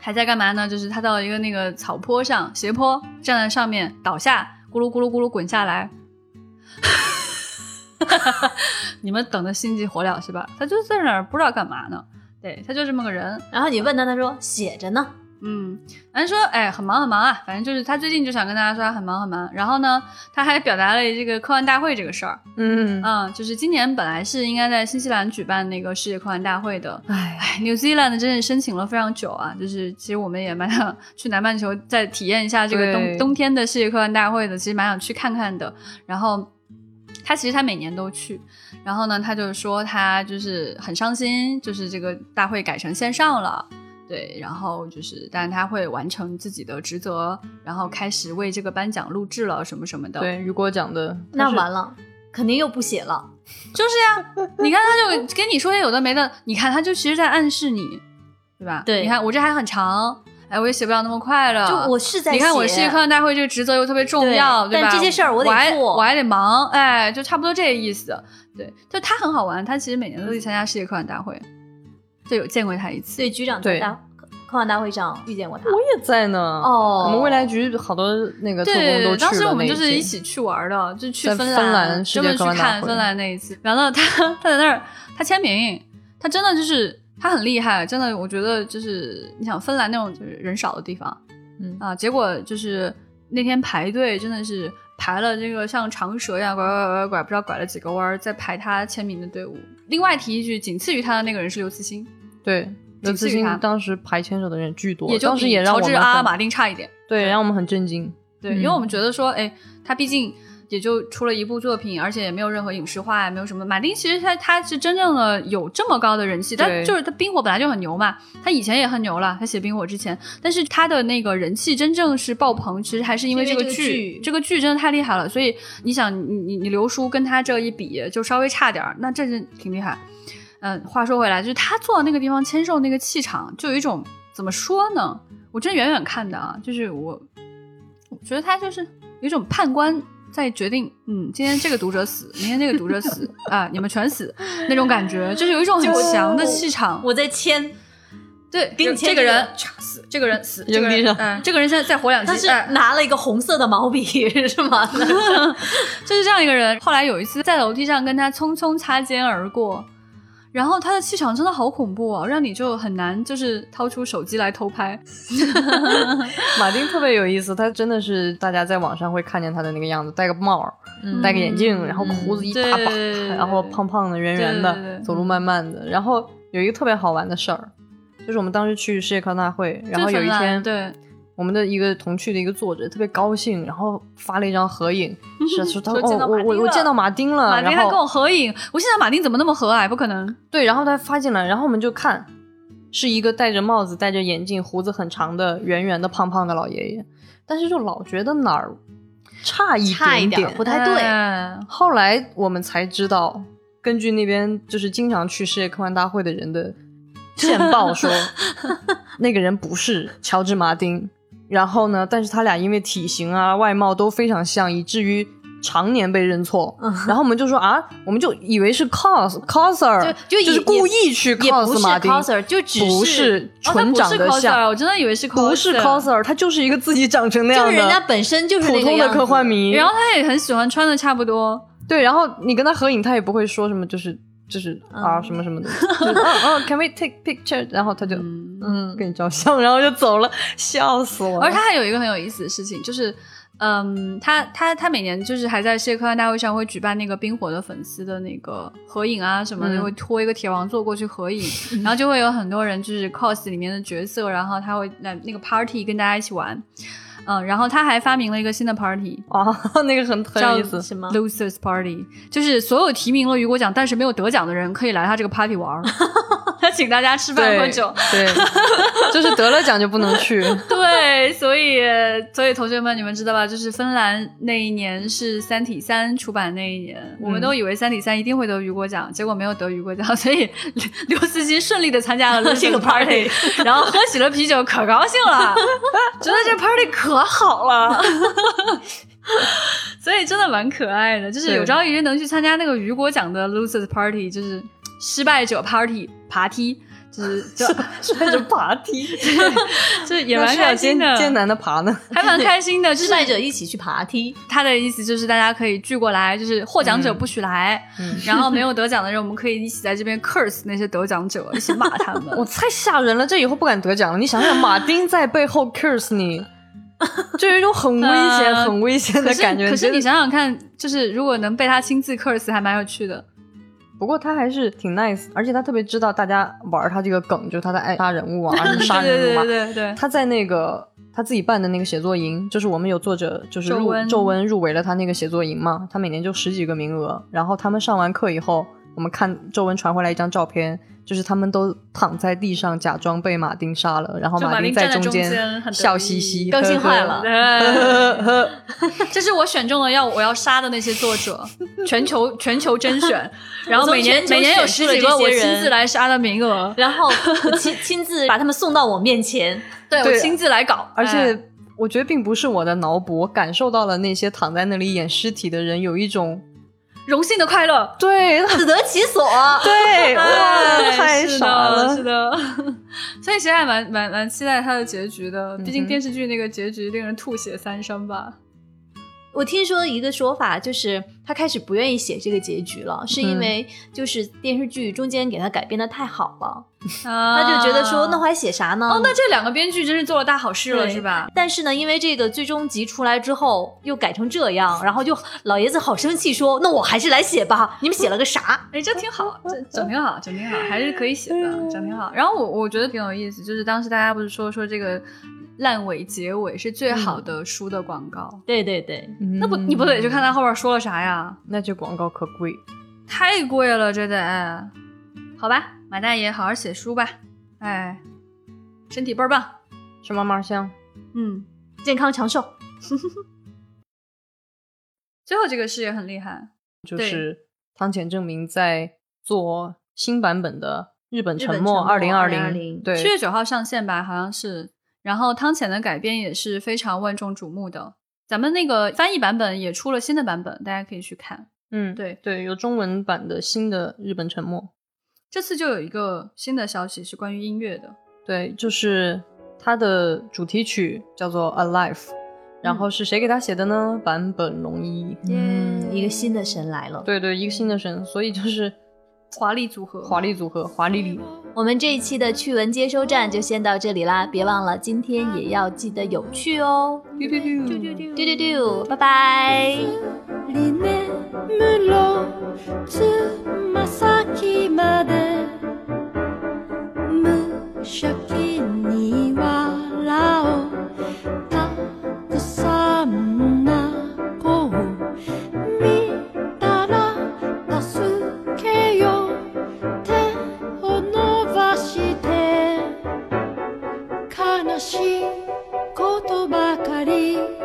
还在干嘛呢？就是他到一个那个草坡上，斜坡，站在上面倒下，咕噜咕噜咕噜滚下来。 你们等的心急火燎是吧？他就在那儿不知道干嘛呢。对他就这么个人，
然后你问他，他说写着呢。
嗯，咱说，哎，很忙很忙啊，反正就是他最近就想跟大家说他很忙很忙。然后呢，他还表达了这个科幻大会这个事儿，
嗯，
嗯，就是今年本来是应该在新西兰举办那个世界科幻大会的，
哎，
哎，New Zealand 真是申请了非常久啊，就是其实我们也蛮想去南半球再体验一下这个冬
对
冬天的世界科幻大会的，其实蛮想去看看的。然后他其实他每年都去，然后呢，他就说他就是很伤心，就是这个大会改成线上了。对，然后就是，但他会完成自己的职责，然后开始为这个颁奖录制了什么什么的。，
对，雨果讲的，
那
他是
完了，肯定又不写了。
就是呀、 你看他就跟你说些有的没的，你看他就其实在暗示你，对吧？
对
你看我这还很长，哎，我也写不了那么快了。
就
啊
我是在写，
你看我世界科幻大会这个职责又特别重要，
对
吧？
但这些事儿我
我
得
还
做
我还得忙，哎，就差不多这意思。对，就他很好玩，他其实每年都去参加世界科幻大会，就有见过他一次。
对局长在
对
大科幻大会上遇见过他。
我也在呢，
哦
我们未来局好多那个特工都
对，
去了
当时我们
那
就是一
届
起去玩的，就去
在
芬
芬兰世
专
界
门去
科幻大
看
会
芬兰那一次。完了，他他在那儿，他签名，他真的就是他很厉害，真的，我觉得就是你想芬兰那种就是人少的地方，
嗯
啊，结果就是那天排队真的是排了这个像长蛇一样拐拐拐拐拐，不知道拐了几个弯儿，在排他签名的队伍。另外提一句，仅次于他的那个人是刘慈欣，
对。刘慈
去
欣
他
当时排牵手的人巨多，
也就
当时
比
也让
乔
我
治
们
阿
很
马丁差一点。
对，让我们很震惊。
对，
嗯
因为我们觉得说，哎，他毕竟也就出了一部作品，而且也没有任何影视化，也没有什么。马丁其实他他是真正的有这么高的人气，但
对
就是他冰火本来就很牛嘛，他以前也很牛了，他写冰火之前，但是他的那个人气真正是爆棚，其实还是因为
是因
这
为
个
这个
剧
剧，
这个剧真的太厉害了。所以你想，你你你刘叔跟他这一比，就稍微差点儿，那这是挺厉害。嗯，话说回来，就是他坐到那个地方签售那个气场，就有一种怎么说呢？我真远远看的啊，就是我，我觉得他就是有一种判官在决定，嗯，今天这个读者 死，明天那个读者死 啊，你们全死那种感觉，就是有一种很
就
强的气场。
我在签，
对，
给你
这
签这个
个人嚓死，这个人死，这个
扔地
人
上
嗯，这个人现在再活两
他
期，
是
哎
拿了一个红色的毛笔 是 吗？
就是这样一个人。后来有一次在楼梯上跟他匆匆擦肩而过，然后他的气场真的好恐怖哦，让你就很难就是掏出手机来偷拍。
马丁特别有意思，他真的是大家在网上会看见他的那个样子，戴个帽儿，
嗯
戴个眼镜，然后
嗯
胡子一大把，
对
然后胖胖的、圆圆
对对
的，
对
走路慢慢的。然后有一个特别好玩的事儿，就是我们当时去世界康大会，然后有
芬
一
兰
天，
对，
我们的一个同去的一个作者特别高兴，然后发了一张 合影，是说他
说见到
哦，我
马丁
我我
了
见到马丁了，
马丁
然
还
后
跟我合影，我现在马丁怎么那么和蔼？不可能，
对，然后他发进来，然后我们就看，是一个戴着帽子、戴着眼镜、胡子很长的圆圆的胖胖的老爷爷，但是就老觉得哪儿差一
差一点
点
儿不太对
哎
后来我们才知道，根据那边就是经常去世界科幻大会的人的线报 说，那个人不是乔治·马丁。然后呢，但是他俩因为体型啊、外貌都非常像，以至于常年被认错。
嗯
然后我们就说啊，我们就以为是 cos coser，
就就
就是
也
故意去
也不是
cos 马丁
coser，就只
不
是
是
哦他
纯
不
长
是
得
coser，
像，
我真的以为是 coser，
不是 coser，他就是一个自己长成那样
就
的
是人家本身就是
普
那个
通的
样子
科幻。迷。
然后他也很喜欢穿的差不多，
对，然后你跟他合影，他也不会说什么，就是就是啊
嗯
什么什么 的，就是哦哦，Can we take picture？然后他就
嗯。
嗯跟你照相，然后就走了，笑死我了。
而他还有一个很有意思的事情，就是，嗯，他他他每年就是还在世界科幻大会上会举办那个冰火的粉丝的那个合影啊什么的，
嗯
会拖一个铁王座过去合影，然后就会有很多人就是 cos 里面的角色，然后他会来那个 party 跟大家一起玩，嗯，然后他还发明了一个新的 party。
啊， 那个很很
叫
有意思，
什么
Losers Party，就是所有提名了雨果奖但是没有得奖的人可以来他这个 party 玩儿， 他请大家吃饭喝
对
酒，
对，就是得了奖就不能 去，
对，所以呃所以同学们，你们知道吧？就是芬兰那一年是《三体三》出版那一年，我们都以为《三体三》一定会得雨果奖，结果没有得雨果奖，所 以刘刘慈欣顺利的参加了这
这个
个 party，然后喝起了啤酒，可高兴 了，觉得这 party 可好了。所以真的蛮可爱的，就是有
对
朝一日能去参加那个雨果奖的 losers party，就是失败者 party 爬梯，就是 就
摔着爬梯，
就也
那
蛮
是 要
开
艰
心的，
艰难的爬呢。
还蛮开心的。就是
失败者一起去爬梯，
他的意思就是大家可以聚过来，就是获奖者不许来，
嗯
然后没有得奖的人，我们可以一起在这边 curse 那些得奖者，一起骂他们。
我太吓人了，这以后不敢得奖了。你想想，马丁在背后 curse 你，就有一种很危险、
呃
很危险
可
的
是
感觉。
可是
觉
你
得
想想看，就是如果能被他亲自 curse，还蛮有趣的。
不过他还是挺 nice，而且他特别知道大家玩他这个梗，就是他在爱杀人 物啊，什么
对
杀
对
人物
对
嘛。
对对，
他在那个他自己办的那个写作营，就是我们有作者就是
皱
入
温
皱温入围了他那个写作营嘛，他每年就十几个名额，然后他们上完课以后，我们看皱温传回来一张照片，就是他们都躺在地上假装被马丁杀了，然后
就马
丁
丁站在
中
中间很得
笑
意
嘻嘻，
高兴
呵呵
坏了
对这是我选中了要我要杀的那些作者，全球全球甄 选，然后每年
我从全球
每年有十几个我
选出了这些
亲
人
自来杀的名额，
然 后我亲亲自把他们送到我面前，
对我
对
亲自来搞，
而
哎
且我觉得并不是我的脑补，我感受到了那些躺在那里演尸体的人有 一种
荣幸的快乐。
对
自得其 所。
对哇，
哎
太
是的
傻了
是。的。 所以其实还蛮蛮蛮期待它的结局的，毕
嗯
竟
哼
电视剧那个结局令人吐血三升吧。
我听说一个说法，就是他开始不愿意写这个结局了，是
嗯
因为就是电视剧中间给他改编的太好了，
啊
他就觉得说那我还写啥呢？
哦，那这两个编剧真是做了大好事了，
对
是吧？
但是呢，因为这个最终集出来之后又改成这样，然后就老爷子好生气说，那我还是来写吧，你们写了个啥？
哎，这挺好，这整挺好，整挺好，还是可以写的，整挺好。然后我我觉得挺有意思，就是当时大家不是说说这个烂尾结尾是最
嗯
好的书的广告，
对对对，
那
那不
嗯
你不得去看他后边说了啥呀？
嗯那这广告可贵，
太贵了，这得。好吧，马大爷，好好写书吧。哎，身体倍儿棒。
是妈妈香。
嗯，
健康长寿。
最后这个事也很厉害。
就是汤浅证明在做新版本的《日本
日
沉
本
没
沉没
二零二零》
2020
对
七月九号上线吧，好像是。然后汤浅的改编也是非常万众瞩目的。咱们那个翻译版本也出了新的版本，大家可以去看。
嗯，
对
对，有中文版的新的《日本沉没》。
这次就有一个新的消息是关于音乐的，
对，就是它的主题曲叫做《Alive》，然
嗯
后是谁给他写的呢？坂本龙一。
嗯，一个新的神来了。
对对，一个新的神，所以就是
华丽组合，
华丽组合，华丽丽。
我们这一期的趣闻接收站就先到这里啦，别忘了今天也要记得有趣哦。
丢丢丢
丢丢丢
丢丢丢，拜拜。
り眠ろうつま先まで無邪気に笑おうたくさんな子を見たら助けよう手を伸ばして悲しいことばかり